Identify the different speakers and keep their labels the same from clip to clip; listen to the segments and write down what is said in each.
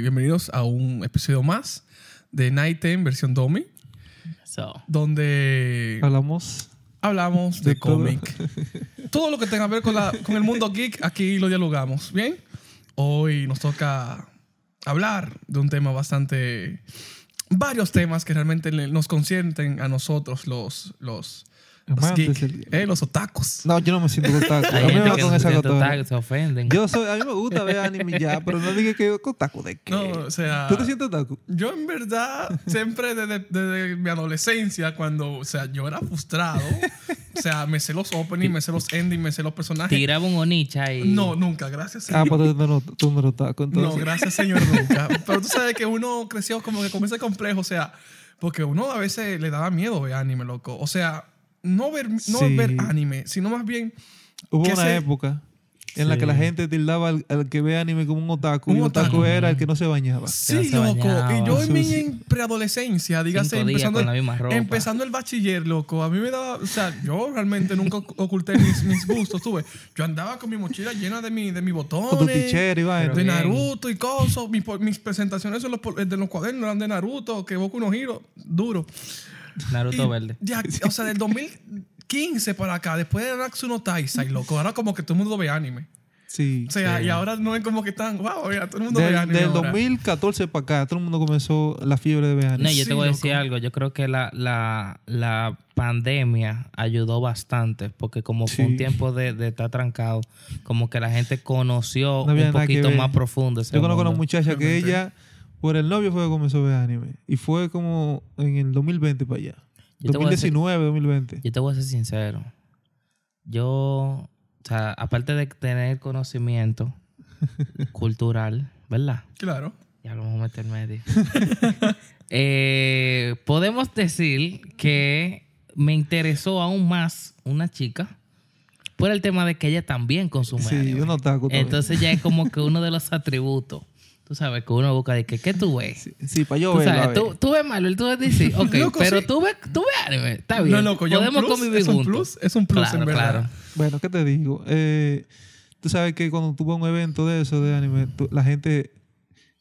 Speaker 1: bienvenidos a un episodio más de Night en versión Domi,
Speaker 2: So,
Speaker 1: donde
Speaker 3: Hablamos.
Speaker 1: hablamos de,
Speaker 3: De todo.
Speaker 1: cómic. Todo lo que tenga que ver con, la- con el mundo geek, aquí lo dialogamos. Bien, hoy nos toca hablar de un tema bastante. varios temas que realmente le- nos consienten a nosotros, los, los, los
Speaker 3: Amantes,
Speaker 1: geek,
Speaker 3: el-
Speaker 1: eh, los otakus.
Speaker 3: No, yo no me siento otaku. A
Speaker 2: hay
Speaker 3: mí me
Speaker 2: gente
Speaker 3: va
Speaker 2: que
Speaker 3: con
Speaker 2: se
Speaker 3: esa
Speaker 2: siente
Speaker 3: cotorra.
Speaker 2: otaku, se ofenden.
Speaker 3: Yo soy, a mí me gusta ver anime ya, pero no dije que yo otaku de qué.
Speaker 1: No, o sea.
Speaker 3: ¿Tú te sientes otaku?
Speaker 1: Yo en verdad, siempre desde, desde mi adolescencia, cuando, o sea, yo era frustrado, o sea, me sé los openings, me sé los endings, me sé los personajes.
Speaker 2: Tiraba un onicha y...
Speaker 1: No, nunca, gracias.
Speaker 3: Ah,
Speaker 1: señor.
Speaker 3: pero tú no, tú no eres otaku,
Speaker 1: No,
Speaker 3: entonces.
Speaker 1: gracias, señor, nunca. Pero tú sabes que uno creció como que con ese complejo, o sea, porque uno a veces le daba miedo ver anime, loco. O sea, no ver, no
Speaker 3: Sí.
Speaker 1: ver anime, sino más bien
Speaker 3: Hubo
Speaker 1: ¿Qué
Speaker 3: una
Speaker 1: sé?
Speaker 3: época en la que la gente tildaba al, al que ve anime como un otaku.
Speaker 1: Un
Speaker 3: y un otaku,
Speaker 1: otaku.
Speaker 3: era el que no se bañaba.
Speaker 2: no
Speaker 1: Sí,
Speaker 2: se
Speaker 1: loco.
Speaker 2: bañaba.
Speaker 1: Y yo en mi
Speaker 3: Sucio.
Speaker 1: en preadolescencia, dígase,
Speaker 2: Cinco días
Speaker 1: empezando,
Speaker 2: con la misma ropa.
Speaker 1: empezando el bachiller, loco. A mí me daba. O sea, yo realmente nunca oc- oculté mis, mis gustos, tuve. Yo andaba con mi mochila llena de, mi, de mis
Speaker 3: Con tu
Speaker 1: botones.
Speaker 3: tichero y vaina.
Speaker 1: De
Speaker 2: Bien.
Speaker 1: Naruto y cosas. Mis, po- mis presentaciones en los, po- de los cuadernos eran de Naruto, que Boku no Hero, duro.
Speaker 2: Naruto
Speaker 1: Y
Speaker 2: verde.
Speaker 1: ya, o sea, del 2015 para acá, después de Natsuno Taisai, loco. Ahora como que todo el mundo ve anime.
Speaker 3: Sí.
Speaker 1: O sea, y ahora no es como que están, wow, ya, todo el mundo ve
Speaker 3: Del,
Speaker 1: anime.
Speaker 3: del
Speaker 1: ahora.
Speaker 3: 2014 para acá, todo el mundo comenzó la fiebre de ver
Speaker 2: No,
Speaker 3: anime.
Speaker 2: yo
Speaker 1: Sí,
Speaker 2: te voy a decir
Speaker 1: loco.
Speaker 2: algo. Yo creo que la, la, la pandemia ayudó bastante porque como fue un
Speaker 3: Sí.
Speaker 2: tiempo de, de estar trancado, como que la gente conoció
Speaker 3: No había
Speaker 2: un
Speaker 3: nada que
Speaker 2: poquito
Speaker 3: ver.
Speaker 2: más profundo. ese
Speaker 3: Yo conozco a una
Speaker 2: mundo.
Speaker 3: muchacha que
Speaker 1: Realmente.
Speaker 3: ella, por el novio fue que comenzó a ver anime. Y fue como en el 2020 para allá.
Speaker 2: Yo te voy a decir-
Speaker 3: 2019, 2020.
Speaker 2: Yo te voy a ser sincero. Yo, o sea, aparte de tener conocimiento cultural, ¿verdad?
Speaker 1: Claro.
Speaker 2: Ya lo vamos a meter en medio. Eh, podemos decir que me interesó aún más una chica por el tema de que ella también consume
Speaker 3: Sí,
Speaker 2: anime.
Speaker 3: yo no otaku también.
Speaker 2: Entonces ya es como que uno de los atributos. Tú sabes que uno busca de que, ¿qué tú ves?
Speaker 3: Sí, sí, para yo
Speaker 2: Tú
Speaker 3: verlo, a
Speaker 2: sabes,
Speaker 3: ver.
Speaker 2: tú, tú ves Marvel, tú ves DC, ok,
Speaker 1: Loco,
Speaker 2: pero
Speaker 1: sí.
Speaker 2: tú, ves, tú ves anime, está bien.
Speaker 1: No, loco, ya un
Speaker 2: Podemos
Speaker 1: plus,
Speaker 2: convivir
Speaker 1: es un
Speaker 2: juntos.
Speaker 1: plus, es un plus,
Speaker 2: Claro,
Speaker 1: en verdad.
Speaker 2: claro.
Speaker 3: Bueno, ¿qué te digo? Eh, tú sabes que cuando tú vas a un evento de eso, de anime, tú- la gente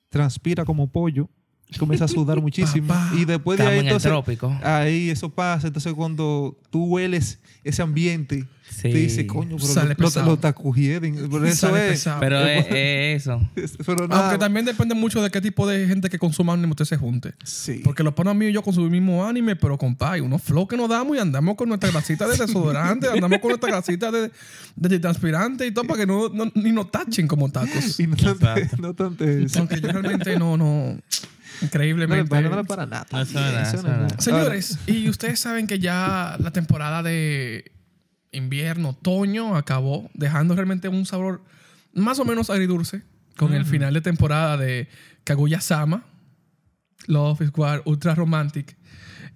Speaker 3: transpira como pollo, comienza a sudar muchísimo.
Speaker 1: Papá.
Speaker 3: y después de
Speaker 2: Estamos
Speaker 3: ahí,
Speaker 2: en el
Speaker 3: entonces,
Speaker 2: trópico.
Speaker 1: Ah,
Speaker 3: ahí eso pasa. Entonces, cuando tú hueles ese ambiente,
Speaker 2: Sí.
Speaker 3: te dice, coño, pero
Speaker 1: Sale
Speaker 3: lo- lo,
Speaker 1: pesado.
Speaker 3: lo tacujieren". Por eso
Speaker 1: Sale
Speaker 3: es.
Speaker 1: pesado.
Speaker 3: Ah.
Speaker 2: Pero es, es eso.
Speaker 3: Pero nada.
Speaker 1: Aunque también depende mucho de qué tipo de gente que consuma anime usted se junte.
Speaker 3: Sí.
Speaker 1: Porque los panos míos y yo consumimos anime, pero compadre, unos flow que nos damos y andamos con nuestra grasita de desodorante, andamos con nuestra grasita de, de transpirante y todo para que no, no- ni nos tachen como tacos.
Speaker 3: Y no tanto,
Speaker 2: Exacto.
Speaker 3: no tanto eso.
Speaker 1: Aunque yo realmente no, no.
Speaker 3: No le
Speaker 1: Increíblemente.
Speaker 3: para, no le para nada.
Speaker 2: No, eso no es nada,
Speaker 3: Eso
Speaker 2: eso
Speaker 3: no es
Speaker 2: no es
Speaker 3: nada.
Speaker 1: Señores, y ustedes saben que ya la temporada de invierno, otoño, acabó, dejando realmente un sabor más o menos agridulce con el final de temporada de Kaguya Sama, Love is War, Ultra Romantic,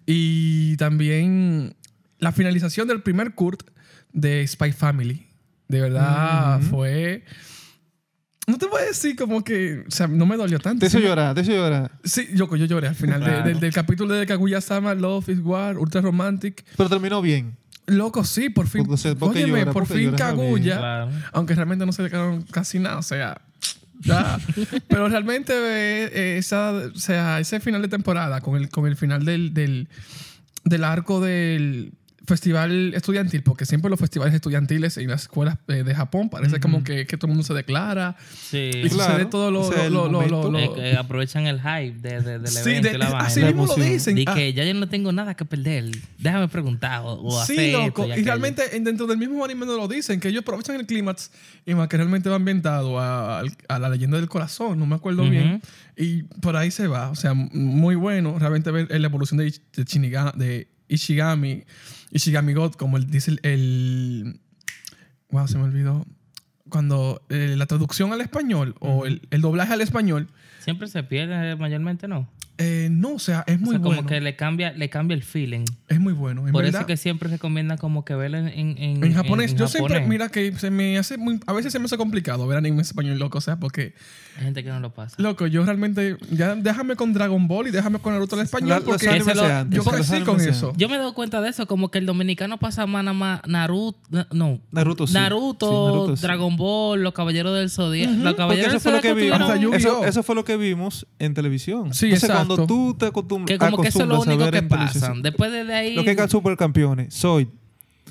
Speaker 1: y también la finalización del primer Kurt de Spy Family. De verdad fue... No te voy a decir como que... O sea, no me dolió tanto.
Speaker 3: Te hizo
Speaker 1: Sí me-
Speaker 3: llorar, te hizo llorar.
Speaker 1: Sí, yo, yo lloré al final de-
Speaker 2: Claro.
Speaker 1: del, del capítulo de Kaguya Sama, Love is War, Ultra Romantic.
Speaker 3: Pero terminó bien.
Speaker 1: Loco, sí, por fin.
Speaker 3: Porque se- porque
Speaker 1: Óyeme,
Speaker 3: llora,
Speaker 1: por
Speaker 3: porque
Speaker 1: fin
Speaker 3: llora, está
Speaker 1: Kaguya.
Speaker 3: bien.
Speaker 2: Claro.
Speaker 1: Aunque realmente no se le quedaron casi nada, o sea. ya. Pero realmente eh, esa, o sea, ese final de temporada con el, con el final del, del, del arco del festival estudiantil, porque siempre los festivales estudiantiles en las escuelas eh, de Japón parece como que, que todo el mundo se declara
Speaker 2: Sí.
Speaker 1: y
Speaker 3: Claro,
Speaker 1: sucede todo lo...
Speaker 3: o sea, el
Speaker 1: lo- lo- lo-
Speaker 3: momento.
Speaker 1: lo-
Speaker 2: Eh, que aprovechan el hype de, de, del
Speaker 1: Sí,
Speaker 2: evento
Speaker 1: de- eh,
Speaker 2: y la vaina.
Speaker 1: así mismo lo
Speaker 3: La emoción.
Speaker 1: dicen.
Speaker 2: Di
Speaker 1: Ah,
Speaker 2: que ya yo no tengo nada que perder. Déjame preguntar o, o hacer
Speaker 1: Sí,
Speaker 2: esto
Speaker 1: loco. Y
Speaker 2: aquello.
Speaker 1: realmente en- dentro del mismo anime nos lo dicen, que ellos aprovechan el clímax y más que realmente va ambientado a, al- a la leyenda del corazón, no me acuerdo
Speaker 2: Ujú.
Speaker 1: bien. Y por ahí se va. O sea, m- muy bueno realmente ver eh, la evolución de, Ich- de, Shiniga- de Ishigami, Ishigami God, como él dice el, el- Wow, se me olvidó. Cuando eh, la traducción al español o el, el doblaje al español
Speaker 2: Siempre se pierde, eh, mayormente no.
Speaker 1: Eh, no, o sea, es
Speaker 2: O
Speaker 1: muy
Speaker 2: sea,
Speaker 1: bueno.
Speaker 2: como que le cambia, le cambia el feeling.
Speaker 1: Es muy bueno. En
Speaker 2: Por
Speaker 1: verdad,
Speaker 2: eso que siempre recomiendan como que verla en, en, en-
Speaker 1: en japonés,
Speaker 2: en
Speaker 1: yo siempre,
Speaker 2: japonés.
Speaker 1: mira que se me hace muy, a veces se me hace complicado ver anime en español, loco, o sea, porque,
Speaker 2: Hay gente que no lo pasa.
Speaker 1: loco, yo realmente, ya déjame con Dragon Ball y déjame con Naruto en
Speaker 3: La-
Speaker 1: español,
Speaker 3: los
Speaker 1: porque
Speaker 3: animes
Speaker 2: ese lo-
Speaker 3: se dan,
Speaker 1: yo
Speaker 3: los
Speaker 1: crecí
Speaker 3: animes
Speaker 1: con
Speaker 3: se dan.
Speaker 1: eso.
Speaker 2: Yo me he dado cuenta de eso, como que el dominicano pasa más nada más Naruto, no,
Speaker 3: Naruto sí.
Speaker 2: Naruto,
Speaker 3: Sí, Naruto sí.
Speaker 2: Dragon Ball, los Caballeros del Zodíaco. Los
Speaker 3: Porque
Speaker 2: Caballeros
Speaker 3: eso
Speaker 2: del
Speaker 3: fue, lo
Speaker 2: Zodíaco
Speaker 3: que vimos,
Speaker 1: Hasta
Speaker 2: tuvieron-
Speaker 1: Yu-Gi-Oh.
Speaker 3: eso fue lo que vimos en televisión.
Speaker 1: Sí,
Speaker 3: Entonces,
Speaker 1: exacto.
Speaker 3: cuando tú te acostum- acostumbras
Speaker 2: que como que eso es lo
Speaker 3: a
Speaker 2: único
Speaker 3: ver
Speaker 2: que
Speaker 3: en televisión,
Speaker 2: pasan. Después de ahí...
Speaker 3: Lo que es Supercampeones, Soy,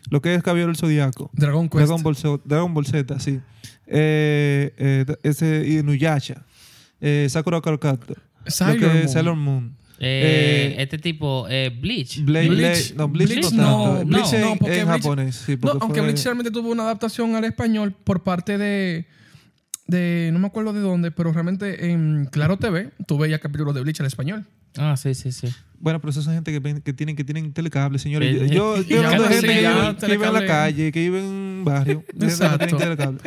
Speaker 3: lo que es Caballero el Zodíaco,
Speaker 1: Dragon Quest.
Speaker 3: Dragon Ball, Zo- Dragon Ball Z, sí. Eh, eh, ese Inuyasha, eh, Sakura Card Captor,
Speaker 1: Sailor
Speaker 3: lo que es
Speaker 1: Moon.
Speaker 3: Sailor Moon.
Speaker 2: eh,
Speaker 3: eh,
Speaker 2: este tipo, eh, Bleach.
Speaker 3: Blade,
Speaker 1: Bleach.
Speaker 3: Blade- no, Bleach,
Speaker 1: Bleach
Speaker 3: no
Speaker 1: no,
Speaker 3: tanto. Bleach
Speaker 2: no,
Speaker 3: en-
Speaker 1: no, porque
Speaker 3: en
Speaker 1: Bleach-
Speaker 3: japonés, sí.
Speaker 1: No,
Speaker 3: porque
Speaker 1: aunque
Speaker 3: fue-
Speaker 1: Bleach realmente tuvo una adaptación al español por parte de. de no me acuerdo de dónde, pero realmente en Claro TV tú veías capítulos de Bleach al español.
Speaker 2: Ah, sí, sí, sí.
Speaker 3: Bueno, pero esas son gente que, ven- que tienen que tienen telecable, señores.
Speaker 2: Eh,
Speaker 3: Yo,
Speaker 2: eh,
Speaker 3: yo hablando de
Speaker 1: ya,
Speaker 3: gente
Speaker 1: sí,
Speaker 3: que,
Speaker 1: ya,
Speaker 3: vive, que vive en
Speaker 1: telecable.
Speaker 3: la calle, que vive en un barrio. gente que no
Speaker 1: Exacto.
Speaker 3: tienen telecable.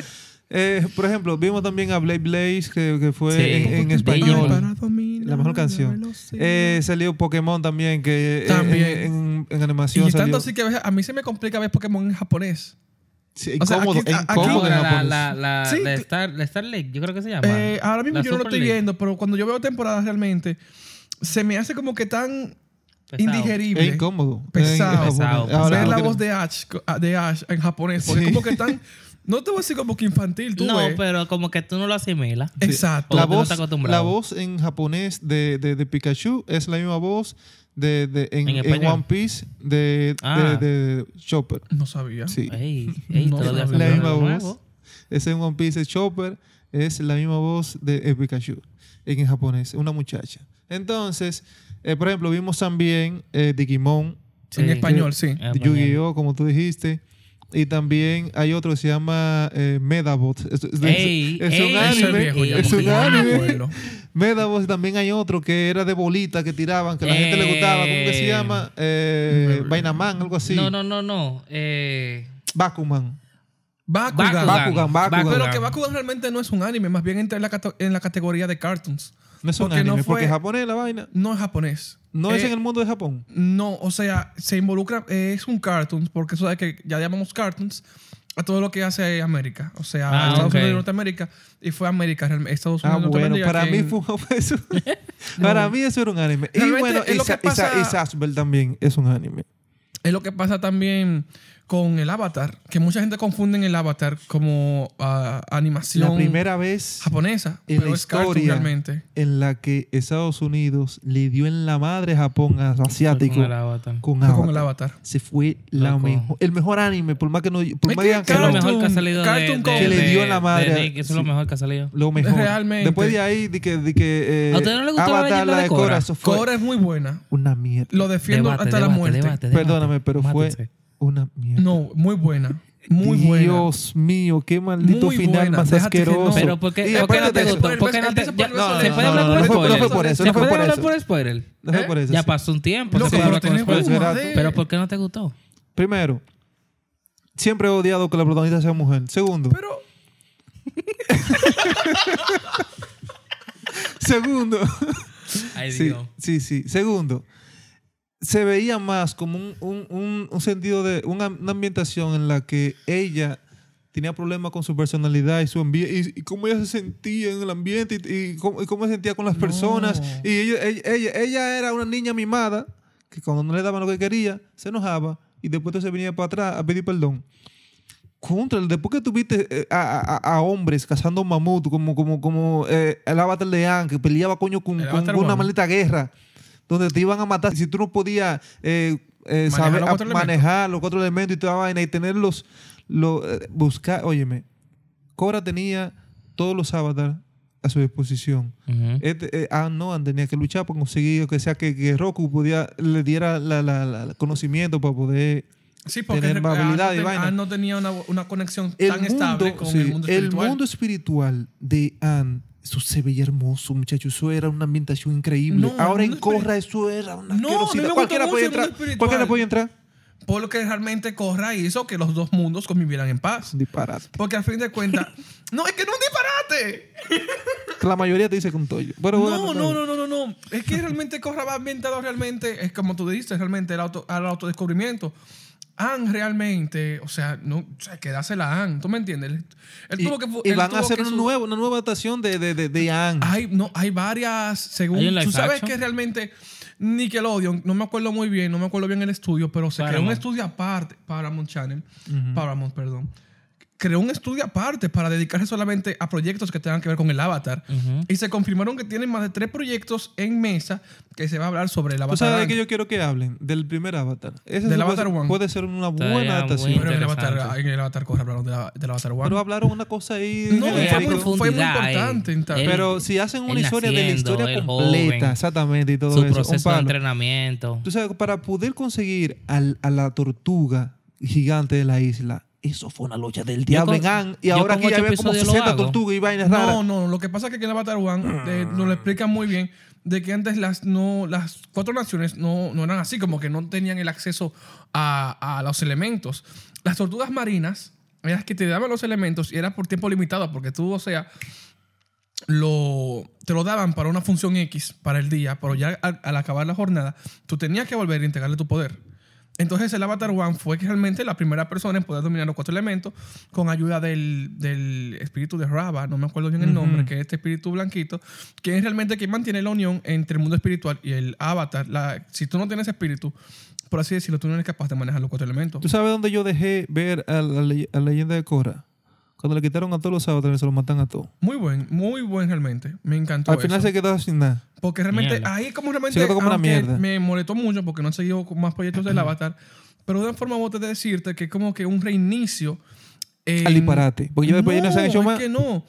Speaker 3: Eh, por ejemplo, vimos también a Blade Blaze, que, que fue
Speaker 2: Sí.
Speaker 3: en, en
Speaker 2: Porque
Speaker 3: español.
Speaker 2: Digimon.
Speaker 3: La mejor canción. Eh, salió Pokémon también, que eh,
Speaker 1: También.
Speaker 3: En, en- en
Speaker 1: y
Speaker 3: animación
Speaker 1: tanto
Speaker 3: salió.
Speaker 1: así que a veces- a mí se me complica ver Pokémon en japonés.
Speaker 3: Sí,
Speaker 1: o sea,
Speaker 3: incómodo,
Speaker 1: aquí- a- aquí-
Speaker 3: incómodo
Speaker 2: ¿Cómo
Speaker 3: en
Speaker 2: era la,
Speaker 3: japonés.
Speaker 2: la, la,
Speaker 1: Sí,
Speaker 2: la
Speaker 1: cl-
Speaker 2: Star, la Star League? Yo creo que se
Speaker 3: Ah,
Speaker 2: llama.
Speaker 1: Eh, ahora mismo
Speaker 2: La
Speaker 1: yo no lo
Speaker 2: Super
Speaker 1: estoy
Speaker 2: League.
Speaker 1: viendo, pero cuando yo veo temporadas realmente, se me hace como que tan
Speaker 2: Pesado.
Speaker 1: indigerible.
Speaker 3: Es incómodo.
Speaker 1: Pesado.
Speaker 3: En japonés.
Speaker 2: Pesado, pesado.
Speaker 3: Ahora
Speaker 1: Ver
Speaker 3: lo
Speaker 1: la
Speaker 3: que-
Speaker 1: voz de Ash, ah, de Ash en japonés, porque
Speaker 3: Sí.
Speaker 1: es como que tan. No te voy a decir como que infantil, tú.
Speaker 2: No,
Speaker 1: ves.
Speaker 2: pero como que tú no lo asimilas.
Speaker 3: Sí.
Speaker 1: Exacto.
Speaker 3: La
Speaker 2: Porque tú no
Speaker 3: voz,
Speaker 2: estás acostumbrado.
Speaker 3: la voz en japonés de, de, de Pikachu es la misma voz de, de-
Speaker 2: En
Speaker 3: en, en
Speaker 2: español.
Speaker 3: One Piece de,
Speaker 2: Ah.
Speaker 3: de, de Chopper.
Speaker 1: No sabía.
Speaker 3: Sí.
Speaker 2: Ey, ey,
Speaker 1: No
Speaker 2: todo
Speaker 1: sabía.
Speaker 2: lo
Speaker 1: La
Speaker 3: La
Speaker 2: de
Speaker 3: misma voz.
Speaker 2: nuevo.
Speaker 3: Es en One Piece de Chopper. Es la misma voz de eh, Pikachu en, en japonés. Una muchacha. Entonces, eh, por ejemplo, vimos también eh, Digimon,
Speaker 1: En
Speaker 2: Sí.
Speaker 1: español, sí.
Speaker 2: Ah,
Speaker 3: Yu-Gi-Oh, como tú dijiste. Y también hay otro que se llama eh, Medabot. Es, es-
Speaker 2: Ey,
Speaker 3: es
Speaker 2: ey,
Speaker 3: un
Speaker 1: Eso es
Speaker 3: anime.
Speaker 1: viejo ya,
Speaker 2: es
Speaker 1: porque
Speaker 2: un
Speaker 1: yo no me
Speaker 3: anime.
Speaker 1: acuerdo.
Speaker 3: Medabot, también hay otro que era de bolita que tiraban, que a la gente le gustaba. ¿Cómo que se
Speaker 2: Eh.
Speaker 3: llama? Eh,
Speaker 1: Mm.
Speaker 3: Vainaman, algo así.
Speaker 2: No, no, no, no. Eh,
Speaker 3: Bakuman.
Speaker 1: Bakugan.
Speaker 3: Bakugan. Bakugan.
Speaker 1: Pero que Bakugan realmente no es un anime, más bien entra en la, cato- en la categoría de cartoons.
Speaker 3: No es un
Speaker 1: Porque no
Speaker 3: anime,
Speaker 1: fue-
Speaker 3: porque japonés la vaina.
Speaker 1: No es japonés.
Speaker 3: No es
Speaker 1: Eh,
Speaker 3: en el mundo de Japón.
Speaker 1: No, o sea, se involucra, eh, es un cartoons, porque eso de que ya llamamos cartoons a todo lo que hace América. O sea,
Speaker 2: Ah,
Speaker 1: Estados
Speaker 2: ok.
Speaker 1: Unidos y Norteamérica, y fue América, realmente, Estados Unidos
Speaker 3: Ah,
Speaker 1: y
Speaker 3: bueno,
Speaker 1: Norteamérica.
Speaker 3: para
Speaker 1: que
Speaker 3: mí
Speaker 1: en-
Speaker 3: fue eso. para mí eso era un anime. Y
Speaker 1: Realmente
Speaker 3: bueno,
Speaker 1: es lo que
Speaker 3: Isa- Isa-
Speaker 1: pasa-
Speaker 3: Isasbel también es un anime.
Speaker 1: Es lo que pasa también con el Avatar, que mucha gente confunde en el Avatar como ah, animación
Speaker 3: La primera vez
Speaker 1: japonesa,
Speaker 3: en
Speaker 1: pero
Speaker 3: la
Speaker 1: es cartoon
Speaker 3: historia.
Speaker 1: realmente.
Speaker 3: en la que Estados Unidos le dio en la madre a Japón a los asiáticos
Speaker 2: con el avatar.
Speaker 3: con
Speaker 1: Fue con
Speaker 3: Avatar.
Speaker 1: el Avatar.
Speaker 3: Se fue la
Speaker 2: Loco.
Speaker 3: mejo- el mejor anime, por más que no por
Speaker 1: Es
Speaker 3: más
Speaker 1: que
Speaker 3: digan que
Speaker 2: Es lo
Speaker 1: Cartoon-
Speaker 3: no,
Speaker 2: mejor que ha salido de,
Speaker 1: Cartoon
Speaker 2: de-
Speaker 1: Network.
Speaker 2: de-
Speaker 3: Que le dio
Speaker 2: de-
Speaker 3: la madre
Speaker 2: de Nick. Eso es lo
Speaker 3: Sí.
Speaker 2: mejor que ha salido.
Speaker 3: lo mejor.
Speaker 1: Realmente.
Speaker 3: Después de ahí de que, de que eh,
Speaker 2: ¿A usted no le gustó la
Speaker 3: Avatar,
Speaker 2: leyenda de
Speaker 3: Korra,
Speaker 2: Korra?
Speaker 3: eso fue
Speaker 1: Cora es muy buena.
Speaker 3: una mierda.
Speaker 1: Lo defiendo
Speaker 2: Debate,
Speaker 1: hasta la
Speaker 2: debate,
Speaker 1: muerte.
Speaker 2: debate, debate.
Speaker 3: Perdóname, pero fue-
Speaker 2: Mátense.
Speaker 3: Una mierda.
Speaker 1: No, muy buena. Muy buena.
Speaker 3: Dios mío, qué maldito
Speaker 1: Muy
Speaker 3: final
Speaker 1: buena,
Speaker 3: más
Speaker 1: déjate que no.
Speaker 3: asqueroso.
Speaker 2: Pero ¿por
Speaker 3: Y
Speaker 2: qué, ¿por qué no
Speaker 3: aparte
Speaker 2: te
Speaker 3: de eso-
Speaker 2: gustó?
Speaker 1: eso-
Speaker 2: ¿por qué
Speaker 1: pero
Speaker 2: no te
Speaker 1: eso-
Speaker 2: ya-
Speaker 1: pero eso-
Speaker 2: no, ¿Se
Speaker 1: no,
Speaker 2: puede
Speaker 1: no,
Speaker 2: hablar
Speaker 1: no,
Speaker 2: por
Speaker 1: no fue-
Speaker 2: spoiler?
Speaker 1: no fue por eso,
Speaker 2: ¿Se
Speaker 3: no fue
Speaker 2: puede
Speaker 3: por
Speaker 2: hablar
Speaker 3: eso.
Speaker 2: por spoiler?
Speaker 3: No fue
Speaker 1: ¿Eh?
Speaker 3: por eso,
Speaker 2: Ya
Speaker 3: sí.
Speaker 2: pasó un tiempo.
Speaker 1: Loco,
Speaker 2: se puede
Speaker 1: pero
Speaker 2: hablar con
Speaker 1: tenemos
Speaker 2: spoilers.
Speaker 3: una
Speaker 1: de-
Speaker 2: Pero ¿por qué no te gustó?
Speaker 3: Primero, siempre he odiado que la protagonista sea mujer. Segundo,
Speaker 1: Pero
Speaker 3: segundo,
Speaker 2: Ay,
Speaker 3: sí,
Speaker 2: Dios.
Speaker 3: sí, sí. Segundo, se veía más como un, un- un- un sentido de una, una ambientación en la que ella tenía problemas con su personalidad y su ambiente y, y cómo ella se sentía en el ambiente y, y cómo, y cómo se sentía con las personas. Y ella, ella, ella- ella era una niña mimada que cuando no le daban lo que quería, se enojaba y después se venía para atrás a pedir perdón. Contra, después que tuviste eh, a, a- a hombres cazando mamut, como, como, como eh, el avatar de Ang, que peleaba coño con,
Speaker 1: El
Speaker 3: con
Speaker 1: Avatar
Speaker 3: una
Speaker 1: One.
Speaker 3: maldita guerra, donde te iban a matar si tú no podías eh, eh,
Speaker 1: Manejar
Speaker 3: saber
Speaker 1: los
Speaker 3: a-
Speaker 1: cuatro elementos.
Speaker 3: manejar los cuatro elementos y toda vaina y tenerlos, los, eh, buscar. Óyeme, Cora tenía todos los avatars a su disposición.
Speaker 2: Ujú.
Speaker 3: Este, eh, Aang no, Aang tenía que luchar para conseguir que sea que, que Roku podía, le diera la, la- la- el conocimiento para poder
Speaker 1: sí, porque
Speaker 3: Tener
Speaker 1: rec-
Speaker 3: más habilidad
Speaker 1: ah,
Speaker 3: y
Speaker 1: no,
Speaker 3: vaina.
Speaker 1: ah, no tenía una, una conexión tan estable con
Speaker 3: sí,
Speaker 1: el mundo espiritual.
Speaker 3: mundo espiritual de Anne, eso se veía hermoso, muchachos. Eso era una ambientación increíble.
Speaker 1: No, el
Speaker 3: Ahora en
Speaker 1: mundo espiri-
Speaker 3: Corra, eso era una
Speaker 1: No, a mí me gustó
Speaker 3: asquerosidad. Cualquiera
Speaker 1: mucho
Speaker 3: podía
Speaker 1: el mundo
Speaker 3: entrar.
Speaker 1: espiritual.
Speaker 3: Cualquiera podía entrar.
Speaker 1: pueblo que realmente corra hizo que los dos mundos convivieran en paz.
Speaker 3: Un disparate.
Speaker 1: Porque al fin de cuentas, no, es que no es un disparate.
Speaker 3: Que La mayoría te dice que un toyo. Pero
Speaker 1: No,
Speaker 3: bueno,
Speaker 1: no, no, no, no, no. Es que realmente Corra va ambientado realmente, es como tú dices, realmente el auto, al autodescubrimiento. Ann realmente, o sea, no, o sea, quedársela a Ann, ¿tú me entiendes? Él, él
Speaker 3: Y,
Speaker 1: tuvo que,
Speaker 3: y
Speaker 1: él
Speaker 3: van a
Speaker 1: tuvo
Speaker 3: hacer
Speaker 1: que
Speaker 3: un
Speaker 1: su- Ah,
Speaker 3: nuevo, una nueva adaptación de, de, de, de Anne.
Speaker 1: Hay, no, hay varias, según.
Speaker 2: Hay un live
Speaker 1: tú sabes
Speaker 2: action.
Speaker 1: que realmente Nickelodeon, no me acuerdo muy bien, no me acuerdo bien el estudio, pero se creó un
Speaker 2: Paramount.
Speaker 1: estudio aparte, Paramount Channel,
Speaker 3: Ujú.
Speaker 1: Paramount, perdón. Creó un estudio aparte para dedicarse solamente a proyectos que tengan que ver con el avatar.
Speaker 2: Ujú.
Speaker 1: Y se confirmaron que tienen más de tres proyectos en mesa que se va a hablar sobre el
Speaker 3: Tú
Speaker 1: avatar.
Speaker 3: sabes de
Speaker 1: Ang.
Speaker 3: qué yo quiero que hablen, del primer Avatar. Ese
Speaker 1: Del
Speaker 3: puede
Speaker 1: Avatar
Speaker 3: ser-
Speaker 1: One.
Speaker 3: Puede ser una buena
Speaker 2: Estaría muy
Speaker 3: adaptación.
Speaker 1: Pero en el avatar,
Speaker 2: Interesante.
Speaker 1: en el avatar corre hablaron de la- del avatar One.
Speaker 3: Pero hablaron una cosa ahí.
Speaker 1: No,
Speaker 2: Eh,
Speaker 1: fue
Speaker 2: hay
Speaker 1: muy- fue muy
Speaker 2: profundidad, eh.
Speaker 1: importante, tal.
Speaker 2: Él-
Speaker 3: Pero si hacen una
Speaker 2: él
Speaker 3: historia de la
Speaker 2: naciendo,
Speaker 3: historia
Speaker 2: el
Speaker 3: completa,
Speaker 2: joven,
Speaker 3: exactamente, y todo
Speaker 2: Su
Speaker 3: eso. un
Speaker 2: proceso de
Speaker 3: palo.
Speaker 2: entrenamiento.
Speaker 3: Tú sabes, para poder conseguir al- a la tortuga gigante de la isla, eso fue una lucha del diablo
Speaker 2: con-
Speaker 3: en Ann. Y
Speaker 2: yo
Speaker 3: ahora
Speaker 2: con
Speaker 3: aquí ya
Speaker 2: ocho
Speaker 3: ves como
Speaker 2: episodios lo
Speaker 3: 60
Speaker 2: hago.
Speaker 3: tortugas y vainas raras.
Speaker 1: No, no, lo que pasa es que aquí en Avatar One eh, nos lo explican muy bien de que antes las, no, las cuatro naciones no, no eran así, como que no tenían el acceso a, a los elementos. Las tortugas marinas eran las que te daban los elementos y era por tiempo limitado, porque tú, o sea, lo, te lo daban para una función X, para el día, pero ya al, al acabar la jornada, tú tenías que volver a integrarle tu poder. Entonces el Avatar One fue que realmente la primera persona en poder dominar los cuatro elementos con ayuda del, del espíritu de Raba, no me acuerdo bien el nombre,
Speaker 3: Ujú.
Speaker 1: que es este espíritu blanquito, que es realmente quien mantiene la unión entre el mundo espiritual y el Avatar. La- si tú no tienes espíritu, por así decirlo, tú no eres capaz de manejar los cuatro elementos.
Speaker 3: ¿Tú sabes dónde yo dejé ver a la, le- a la leyenda de Cora? Cuando le quitaron a todos los sábados, se los matan a todos.
Speaker 1: Muy buen, muy buen realmente. Me encantó.
Speaker 3: Al final
Speaker 1: eso.
Speaker 3: se quedó sin nada.
Speaker 1: Porque realmente
Speaker 2: Mierda.
Speaker 1: ahí es como
Speaker 3: Se
Speaker 1: realmente
Speaker 3: nota como una
Speaker 1: aunque
Speaker 3: mierda.
Speaker 1: me molestó mucho porque no han seguido con más proyectos del Avatar, pero de una forma u otra de decirte que es como que un reinicio en-
Speaker 3: Al disparate. Porque ya después ya no se han hecho
Speaker 1: es
Speaker 3: más.
Speaker 1: que Eh, no.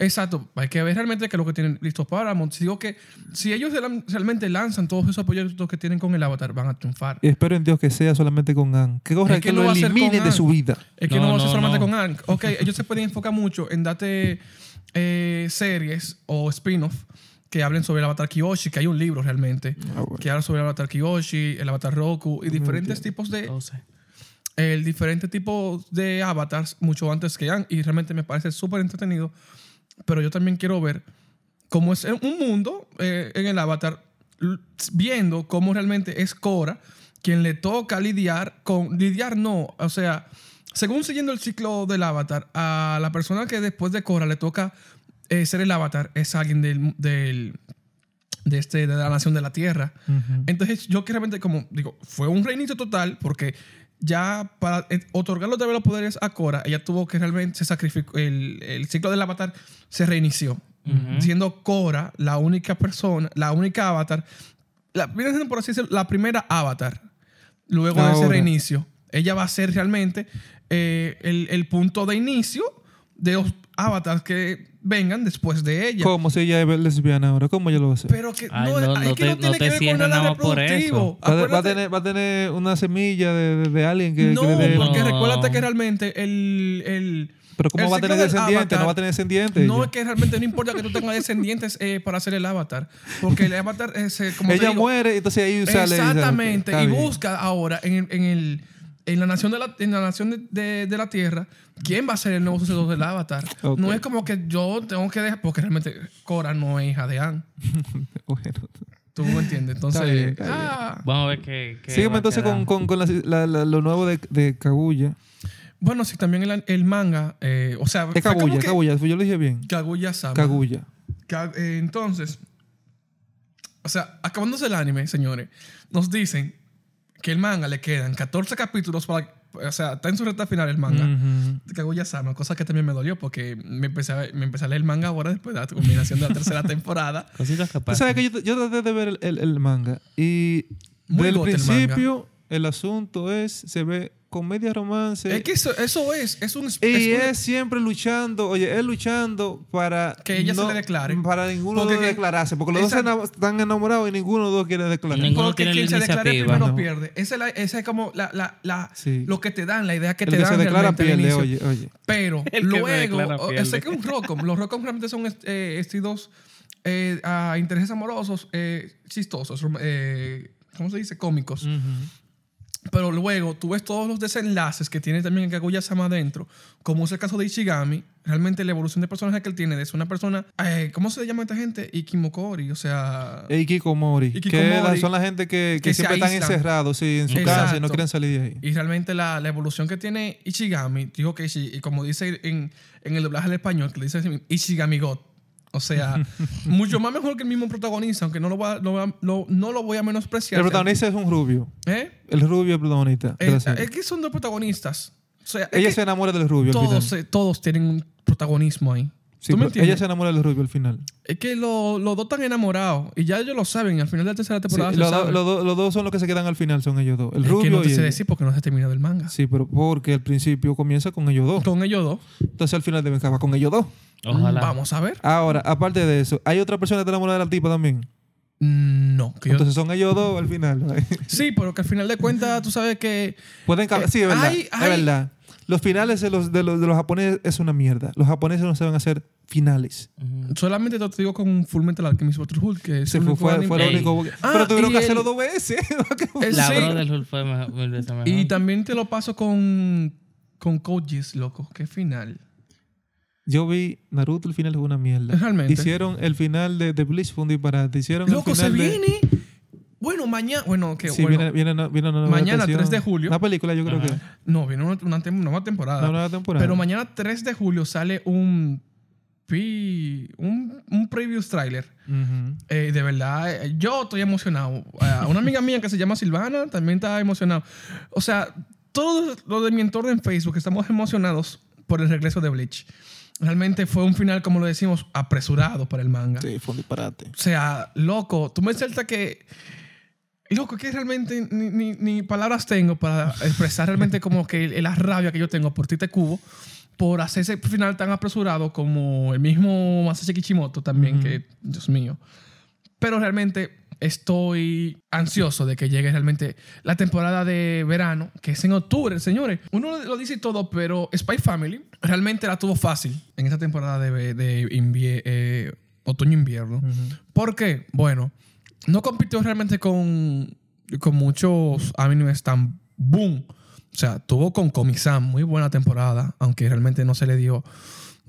Speaker 1: Exacto, hay que ver realmente que lo que tienen listos para Si digo que si ellos real- realmente lanzan todos esos proyectos que tienen con el Avatar van a triunfar.
Speaker 3: Y espero en Dios que sea solamente con Ann. Que corra
Speaker 1: Es que
Speaker 3: que,
Speaker 1: no va
Speaker 3: lo
Speaker 1: a ser
Speaker 3: eliminen
Speaker 1: con
Speaker 3: de su
Speaker 1: Ann.
Speaker 3: vida.
Speaker 1: Es que
Speaker 2: No,
Speaker 1: no, vamos a
Speaker 2: no,
Speaker 1: hacer solamente
Speaker 2: no.
Speaker 1: con Ank. Ok, ellos se pueden enfocar mucho en darte eh, series o spin-off que hablen sobre el Avatar Kyoshi, que hay un libro realmente
Speaker 3: Ah, bueno.
Speaker 1: que habla sobre el Avatar Kyoshi, el Avatar Roku y diferentes tipos de
Speaker 2: Entonces,
Speaker 1: el diferente tipo de avatars mucho antes que han y realmente me parece súper entretenido, pero yo también quiero ver cómo es un mundo eh, en el avatar l- viendo cómo realmente es Cora quien le toca lidiar con lidiar no, o sea, según siguiendo el ciclo del avatar a la persona que después de Cora le toca eh, ser el avatar es alguien del, del de este de la nación de la Tierra.
Speaker 3: Ujú.
Speaker 1: Entonces, yo que realmente, como digo, fue un reinicio total porque ya para eh, otorgar los deberes poderes a Cora, ella tuvo que realmente se sacrificó. El, el ciclo del avatar se reinició,
Speaker 2: Ujú.
Speaker 1: siendo Cora la única persona, la única avatar, la, viene siendo, por así decirlo, la primera avatar. Luego de ese
Speaker 3: Ahora.
Speaker 1: reinicio, ella va a ser realmente eh, el, el punto de inicio de los avatars que vengan después de ella.
Speaker 3: ¿Cómo si ella es lesbiana ahora? ¿Cómo ella lo va a hacer?
Speaker 1: Pero que
Speaker 2: Ay,
Speaker 1: no,
Speaker 2: no,
Speaker 1: es
Speaker 2: no
Speaker 1: que
Speaker 2: te-
Speaker 1: no
Speaker 2: no
Speaker 1: tiene
Speaker 2: te
Speaker 1: que ver con nada
Speaker 2: cierres nada más por eso.
Speaker 1: reproductivo.
Speaker 3: Va, a- va a
Speaker 1: Acuérdate-
Speaker 3: tener, va a tener una semilla de, de- de alguien que,
Speaker 1: no,
Speaker 3: que le dé-
Speaker 1: porque
Speaker 2: No.
Speaker 1: recuérdate que realmente el. el
Speaker 3: Pero ¿cómo
Speaker 1: el
Speaker 3: va a
Speaker 1: ciclo
Speaker 3: tener
Speaker 1: del
Speaker 3: descendientes?
Speaker 1: avatar-
Speaker 3: No va a tener descendientes.
Speaker 1: No,
Speaker 3: ella.
Speaker 1: es que realmente no importa que tú tengas descendientes eh, para hacer el avatar. Porque el avatar es eh, como. te
Speaker 3: ella
Speaker 1: digo,
Speaker 3: muere, entonces ahí sale. y dice,
Speaker 1: Exactamente.
Speaker 3: "Ok, está
Speaker 1: y
Speaker 3: bien".
Speaker 1: busca ahora en, el- en el. En la nación, de la, en la nación de, de- de la Tierra, ¿quién va a ser el nuevo sucesor del Avatar?
Speaker 3: Ok.
Speaker 1: No es como que yo tengo que dejar, porque realmente Cora no es hija de Anne.
Speaker 3: Bueno.
Speaker 1: ¿Tú me entiendes? Entonces,
Speaker 3: bien, está bien.
Speaker 1: ah.
Speaker 2: vamos a ver qué. qué va
Speaker 3: Sígueme
Speaker 2: a
Speaker 3: entonces
Speaker 2: quedar.
Speaker 3: con, con, con las- la- la- lo nuevo de, de Kaguya.
Speaker 1: bueno, sí, también el, el manga, eh, o sea, fue
Speaker 3: Es
Speaker 1: como
Speaker 3: Kaguya,
Speaker 1: que-
Speaker 3: Kaguya, pues yo lo dije bien.
Speaker 1: Kaguya-sama.
Speaker 3: Kaguya.
Speaker 1: Ca- eh, entonces, o sea, acabándose el anime, señores, nos dicen que el manga le quedan 14 capítulos para. O sea, está en su recta final el
Speaker 3: Mm.
Speaker 1: manga.
Speaker 3: Ujú.
Speaker 1: de Kaguya-sama, cosa que también me dolió porque me empecé, a, me empecé a leer el manga ahora después de la combinación de la tercera temporada.
Speaker 2: Cositas que
Speaker 3: Tú
Speaker 2: pasan.
Speaker 3: sabes que yo, yo traté de ver el, el- el manga. Y
Speaker 1: Muy
Speaker 3: del
Speaker 1: gote el manga.
Speaker 3: principio, el, asunto es: se ve comedia, romance.
Speaker 1: Es que eso, eso es, es un... es
Speaker 3: Y
Speaker 1: un-
Speaker 3: es siempre luchando, oye, él luchando para.
Speaker 1: Que ella se le declare.
Speaker 3: Para ninguno
Speaker 1: Porque
Speaker 3: de los
Speaker 1: que-
Speaker 3: declararse. Porque los
Speaker 1: Exacto.
Speaker 3: dos se enam- están enamorados y ninguno de los dos quiere declarar.
Speaker 2: Ninguno
Speaker 1: porque
Speaker 2: tiene
Speaker 1: quien
Speaker 2: la
Speaker 1: se declara
Speaker 2: iniciativa,
Speaker 1: primero
Speaker 3: ¿no?
Speaker 1: pierde. Esa es, la- esa es como la, la- la-
Speaker 3: Sí.
Speaker 1: lo que te dan, la idea que
Speaker 3: El
Speaker 1: te
Speaker 3: que
Speaker 1: dan
Speaker 3: se declara
Speaker 1: realmente al
Speaker 3: pierde,
Speaker 1: inicio.
Speaker 3: oye, oye.
Speaker 1: Pero
Speaker 2: El que me
Speaker 1: luego,
Speaker 2: declara
Speaker 1: o-
Speaker 2: fiel.
Speaker 1: sé que un Rocom, los Rocom realmente son est- eh, estilos eh, a intereses amorosos, eh, chistosos, rom- eh, ¿cómo se dice? Cómicos. Pero luego tú ves todos los desenlaces que tiene también Kaguya-sama adentro, como es el caso de Ichigami. Realmente la evolución de personaje que él tiene es una persona. eh, ¿Cómo se le llama a esta gente? Ikimokori, o sea.
Speaker 3: Eh, Ikikomori. Que
Speaker 1: Hikikomori.
Speaker 3: la- son la gente que,
Speaker 1: Que
Speaker 3: que
Speaker 1: se
Speaker 3: siempre están
Speaker 1: aíslan.
Speaker 3: encerrados sí, en su
Speaker 1: Exacto.
Speaker 3: casa y no quieren salir de ahí.
Speaker 1: Y realmente la, la evolución que tiene Ichigami, digo que Ichi- y como dice en, en el doblaje al español, que le dice así, Ichigami God. O sea, mucho más mejor que el mismo protagonista, aunque no lo voy a, lo voy a- lo- no lo voy a menospreciar.
Speaker 3: El protagonista es un rubio.
Speaker 1: ¿Eh?
Speaker 3: El rubio es el protagonista. de
Speaker 1: Eh,
Speaker 3: la serie.
Speaker 1: es que son dos protagonistas. O sea, es
Speaker 3: ella
Speaker 1: que
Speaker 3: se enamora del rubio al final.
Speaker 1: todos, eh, todos tienen un protagonismo ahí.
Speaker 3: Sí,
Speaker 1: ¿Tú me
Speaker 3: pero
Speaker 1: entiendes?
Speaker 3: Ella se enamora del rubio al final.
Speaker 1: Es que lo- los dos están enamorados y ya ellos lo saben. y Al final de la tercera
Speaker 3: Sí,
Speaker 1: temporada
Speaker 3: los
Speaker 1: se
Speaker 3: dos-
Speaker 1: sabe.
Speaker 3: los dos- los dos son los que se quedan al final, son ellos dos. El
Speaker 1: es
Speaker 3: rubio
Speaker 1: que no te
Speaker 3: y
Speaker 1: sé
Speaker 3: ella.
Speaker 1: decir porque no se ha terminado el manga.
Speaker 3: Sí, pero porque al principio comienza con ellos dos.
Speaker 1: Con ellos dos,
Speaker 3: Entonces al final deben acabar con ellos dos.
Speaker 2: Ojalá.
Speaker 1: vamos a ver.
Speaker 3: Ahora, aparte de eso, hay otra persona que está enamorada de la tipa también.
Speaker 1: No, que yo-
Speaker 3: Entonces son ellos dos al final.
Speaker 1: Sí, pero que al final de cuentas tú sabes que
Speaker 3: Pueden acabar.
Speaker 1: Eh,
Speaker 3: Sí, es verdad.
Speaker 1: hay- hay-
Speaker 3: Es verdad. Los finales de los, de, los, de los japoneses es una mierda. Los japoneses no saben hacer finales.
Speaker 2: Ujú.
Speaker 1: solamente te digo con Fullmetal Alchemist Brotherhood que es
Speaker 3: Se
Speaker 1: el
Speaker 3: fue,
Speaker 1: único
Speaker 3: fue,
Speaker 1: anime-
Speaker 3: fue lo
Speaker 2: Ey.
Speaker 3: único.
Speaker 1: Ah,
Speaker 3: pero tuvieron
Speaker 1: y
Speaker 3: que
Speaker 1: el-
Speaker 3: hacerlo dos veces.
Speaker 1: Eh,
Speaker 2: La
Speaker 1: sí.
Speaker 2: Brotherhood fue mejor, mil veces mejor.
Speaker 1: Y también te lo paso con con Coaches, loco, qué final.
Speaker 3: Yo vi Naruto, el final fue una mierda.
Speaker 1: Realmente.
Speaker 3: Hicieron el final de, de Bleach fue un disparate. Hicieron
Speaker 1: Loco
Speaker 3: el
Speaker 1: se
Speaker 3: final de-
Speaker 1: viene. Bueno, mañana, bueno, que
Speaker 3: Sí,
Speaker 1: bueno,
Speaker 3: viene, viene una- viene una nueva
Speaker 1: Mañana,
Speaker 3: versión.
Speaker 1: 3 de julio.
Speaker 3: Una película, yo creo
Speaker 2: Ajá.
Speaker 3: que.
Speaker 1: no, viene una, una tem- nueva temporada.
Speaker 3: Una nueva temporada.
Speaker 1: Pero mañana 3 de julio sale un pi- un, un preview trailer.
Speaker 3: Ujú.
Speaker 1: Eh, de verdad, eh, yo estoy emocionado. Eh, una amiga mía que se llama Silvana también está emocionada. O sea, todos los de mi entorno en Facebook estamos emocionados por el regreso de Bleach. Realmente fue un final, como lo decimos, apresurado para el manga.
Speaker 3: Sí, fue un disparate.
Speaker 1: O sea, loco, tú me salta que... Loco, que realmente ni, ni- ni palabras tengo para expresar realmente como que el- la rabia que yo tengo por Tite Cubo por hacer ese final tan apresurado como el mismo Masashi Kishimoto también,
Speaker 3: Ujú.
Speaker 1: que, Dios mío. Pero realmente estoy ansioso de que llegue realmente la temporada de verano, que es en octubre, señores. Uno lo dice y todo, pero Spy Family realmente la tuvo fácil en esta temporada de, de invie- eh, otoño-invierno. ¿Por qué? Bueno, no compitió realmente con, con muchos animes tan boom. O sea, tuvo con Comic-Sans muy buena temporada, aunque realmente no se le dio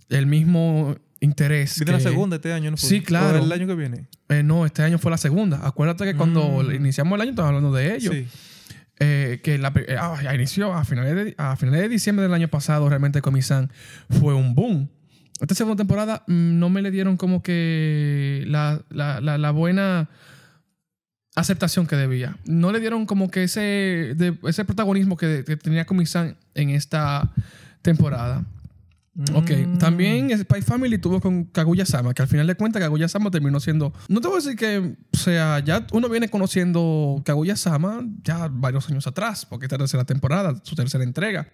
Speaker 1: el mismo interés.
Speaker 3: Viene la
Speaker 1: que-
Speaker 3: segunda este año, ¿no? fue?
Speaker 1: Sí, claro.
Speaker 3: O el año que viene.
Speaker 1: Eh, no, este año fue la segunda. Acuérdate que cuando
Speaker 3: Mm.
Speaker 1: iniciamos el año, estamos hablando de ello.
Speaker 3: Sí.
Speaker 1: Eh, que la, pri- eh, ah, ya inició a finales, de, a finales de diciembre del año pasado, realmente Comisan fue un boom. Esta segunda temporada mm, no me le dieron como que la, la- la- la buena aceptación que debía. No le dieron como que ese, de- ese protagonismo que, que tenía Comisan en esta temporada. Ok,
Speaker 3: Mm.
Speaker 1: también Spy Family tuvo con Kaguya Sama, que al final de cuentas Kaguya Sama terminó siendo. No te voy a decir que, o sea, ya uno viene conociendo Kaguya Sama ya varios años atrás, porque esta es la tercera temporada, su tercera entrega.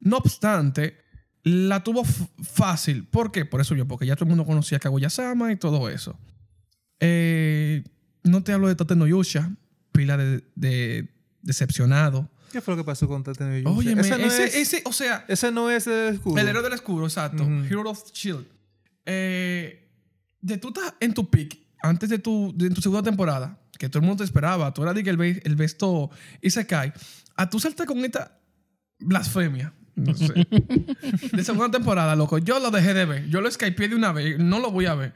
Speaker 1: No obstante, la tuvo f- fácil. ¿Por qué? Por eso yo, porque ya todo el mundo conocía a Kaguya Sama y todo eso. Eh, no te hablo de Tate no Yusha, pila de, de decepcionado.
Speaker 3: ¿Qué fue lo que pasó con Tate no
Speaker 1: Oye,
Speaker 3: ese, no
Speaker 1: ese,
Speaker 3: es,
Speaker 1: ese, o sea.
Speaker 3: ese no es el escudo.
Speaker 1: El héroe del escudo, exacto.
Speaker 3: Ujú.
Speaker 1: Hero of Shield. E Eh, de tú estás en tu pick, antes de tu, de tu segunda temporada, que todo el mundo te esperaba, tú eras de que el, be- el besto Isekai, a tú saltas con esta blasfemia. No sé. de segunda temporada, loco. Yo lo dejé de ver. Yo lo skypeé de una vez. No lo voy a ver.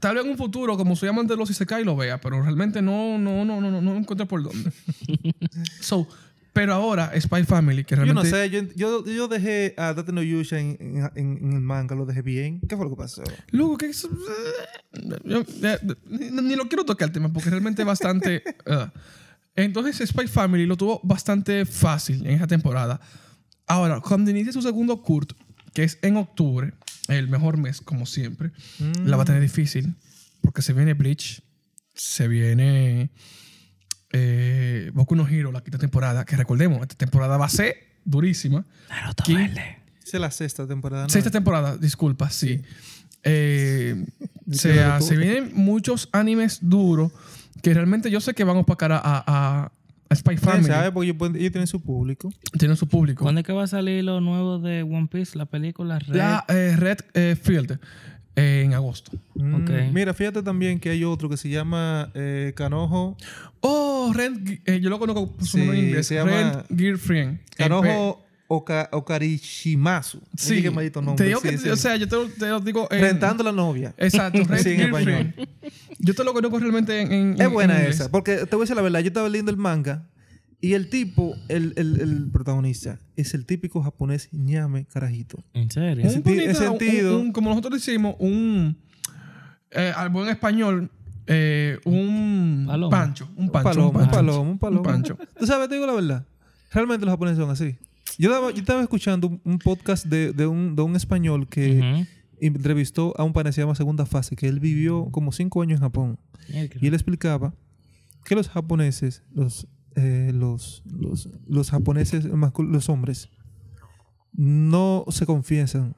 Speaker 1: Tal vez en un futuro, como soy amante de los Isekai, lo vea, pero realmente no, no, no, no, no, no encuentro por dónde. so, pero ahora, Spy Family, que
Speaker 3: Yo
Speaker 1: realmente.
Speaker 3: no sé, yo, yo, yo dejé a Tate no Yusha en, en, en el manga, lo dejé bien. ¿Qué fue lo que pasó?
Speaker 1: Luego, que es- Yo- eh, ni, ni lo quiero tocar el tema porque realmente es bastante. ah. Entonces, Spy Family lo tuvo bastante fácil en esta temporada. Ahora, cuando inicia su segundo Kurt, que es en octubre, el mejor mes, como siempre, la va a tener difícil porque se viene Bleach, se viene eh, Boku no Hero, la quinta temporada, que recordemos, esta temporada va a ser durísima.
Speaker 2: Naruto
Speaker 1: ¿Quién?
Speaker 2: Verde.
Speaker 3: Esa es la sexta temporada. ¿no?
Speaker 1: Sexta temporada, disculpa, sí. Eh, o
Speaker 3: Yo creo
Speaker 1: sea,
Speaker 3: que tú-
Speaker 1: se vienen muchos animes duros que realmente yo sé que van a opacar a, a, a Spy
Speaker 3: ¿Quién
Speaker 1: Family.
Speaker 3: sabe? eh, Porque ellos, pueden- ellos tienen su público.
Speaker 1: Tienen su público.
Speaker 2: ¿Cuándo es que va a salir lo nuevo de One Piece? La película Red.
Speaker 1: La eh, Red eh, Field eh, en agosto.
Speaker 3: Mm,
Speaker 2: Ok.
Speaker 3: Mira, fíjate también que hay otro que se llama eh, Canojo.
Speaker 1: Oh, Canojo Red, eh, yo lo conozco por su
Speaker 3: Sí,
Speaker 1: nombre en inglés.
Speaker 3: se llama-
Speaker 1: Red Girlfriend. Eh,
Speaker 3: Canojo Oka, Okarishimazu. Un
Speaker 1: Sí.
Speaker 3: dije maldito nombre,
Speaker 1: Te digo
Speaker 3: sí,
Speaker 1: que,
Speaker 3: sí.
Speaker 1: o sea, yo te, lo- te lo digo. en-
Speaker 3: Rentando la novia.
Speaker 1: Exacto, Red
Speaker 3: Sí, en
Speaker 1: Girlfriend. Yo te lo conozco realmente en. en-
Speaker 3: Es
Speaker 1: en- en
Speaker 3: buena
Speaker 1: inglés.
Speaker 3: esa, porque te voy a decir la verdad, yo estaba leyendo el manga y el tipo, el, el, el protagonista, es el típico japonés ñame carajito.
Speaker 2: ¿En serio?
Speaker 1: Un
Speaker 3: Ese ti-
Speaker 1: bonito-
Speaker 3: ese
Speaker 1: un-
Speaker 3: sentido.
Speaker 1: un- como nosotros decimos, un. eh, al buen español, eh, un.
Speaker 2: Paloma.
Speaker 1: Pancho. Un pancho.
Speaker 3: palomo,
Speaker 1: un pancho.
Speaker 3: un palomo, un palomo.
Speaker 1: Un pancho.
Speaker 3: Tú sabes, te digo la verdad, realmente los japoneses son así. Yo estaba, yo estaba escuchando un, un podcast de, de un, de un español que
Speaker 2: Ujú.
Speaker 3: entrevistó a un pana que se llama Segunda Fase, que él vivió como cinco años en Japón.
Speaker 2: Miércoles.
Speaker 3: Y él explicaba que los japoneses, los, eh, los, los, los japoneses, mascul- los hombres, no se confiesan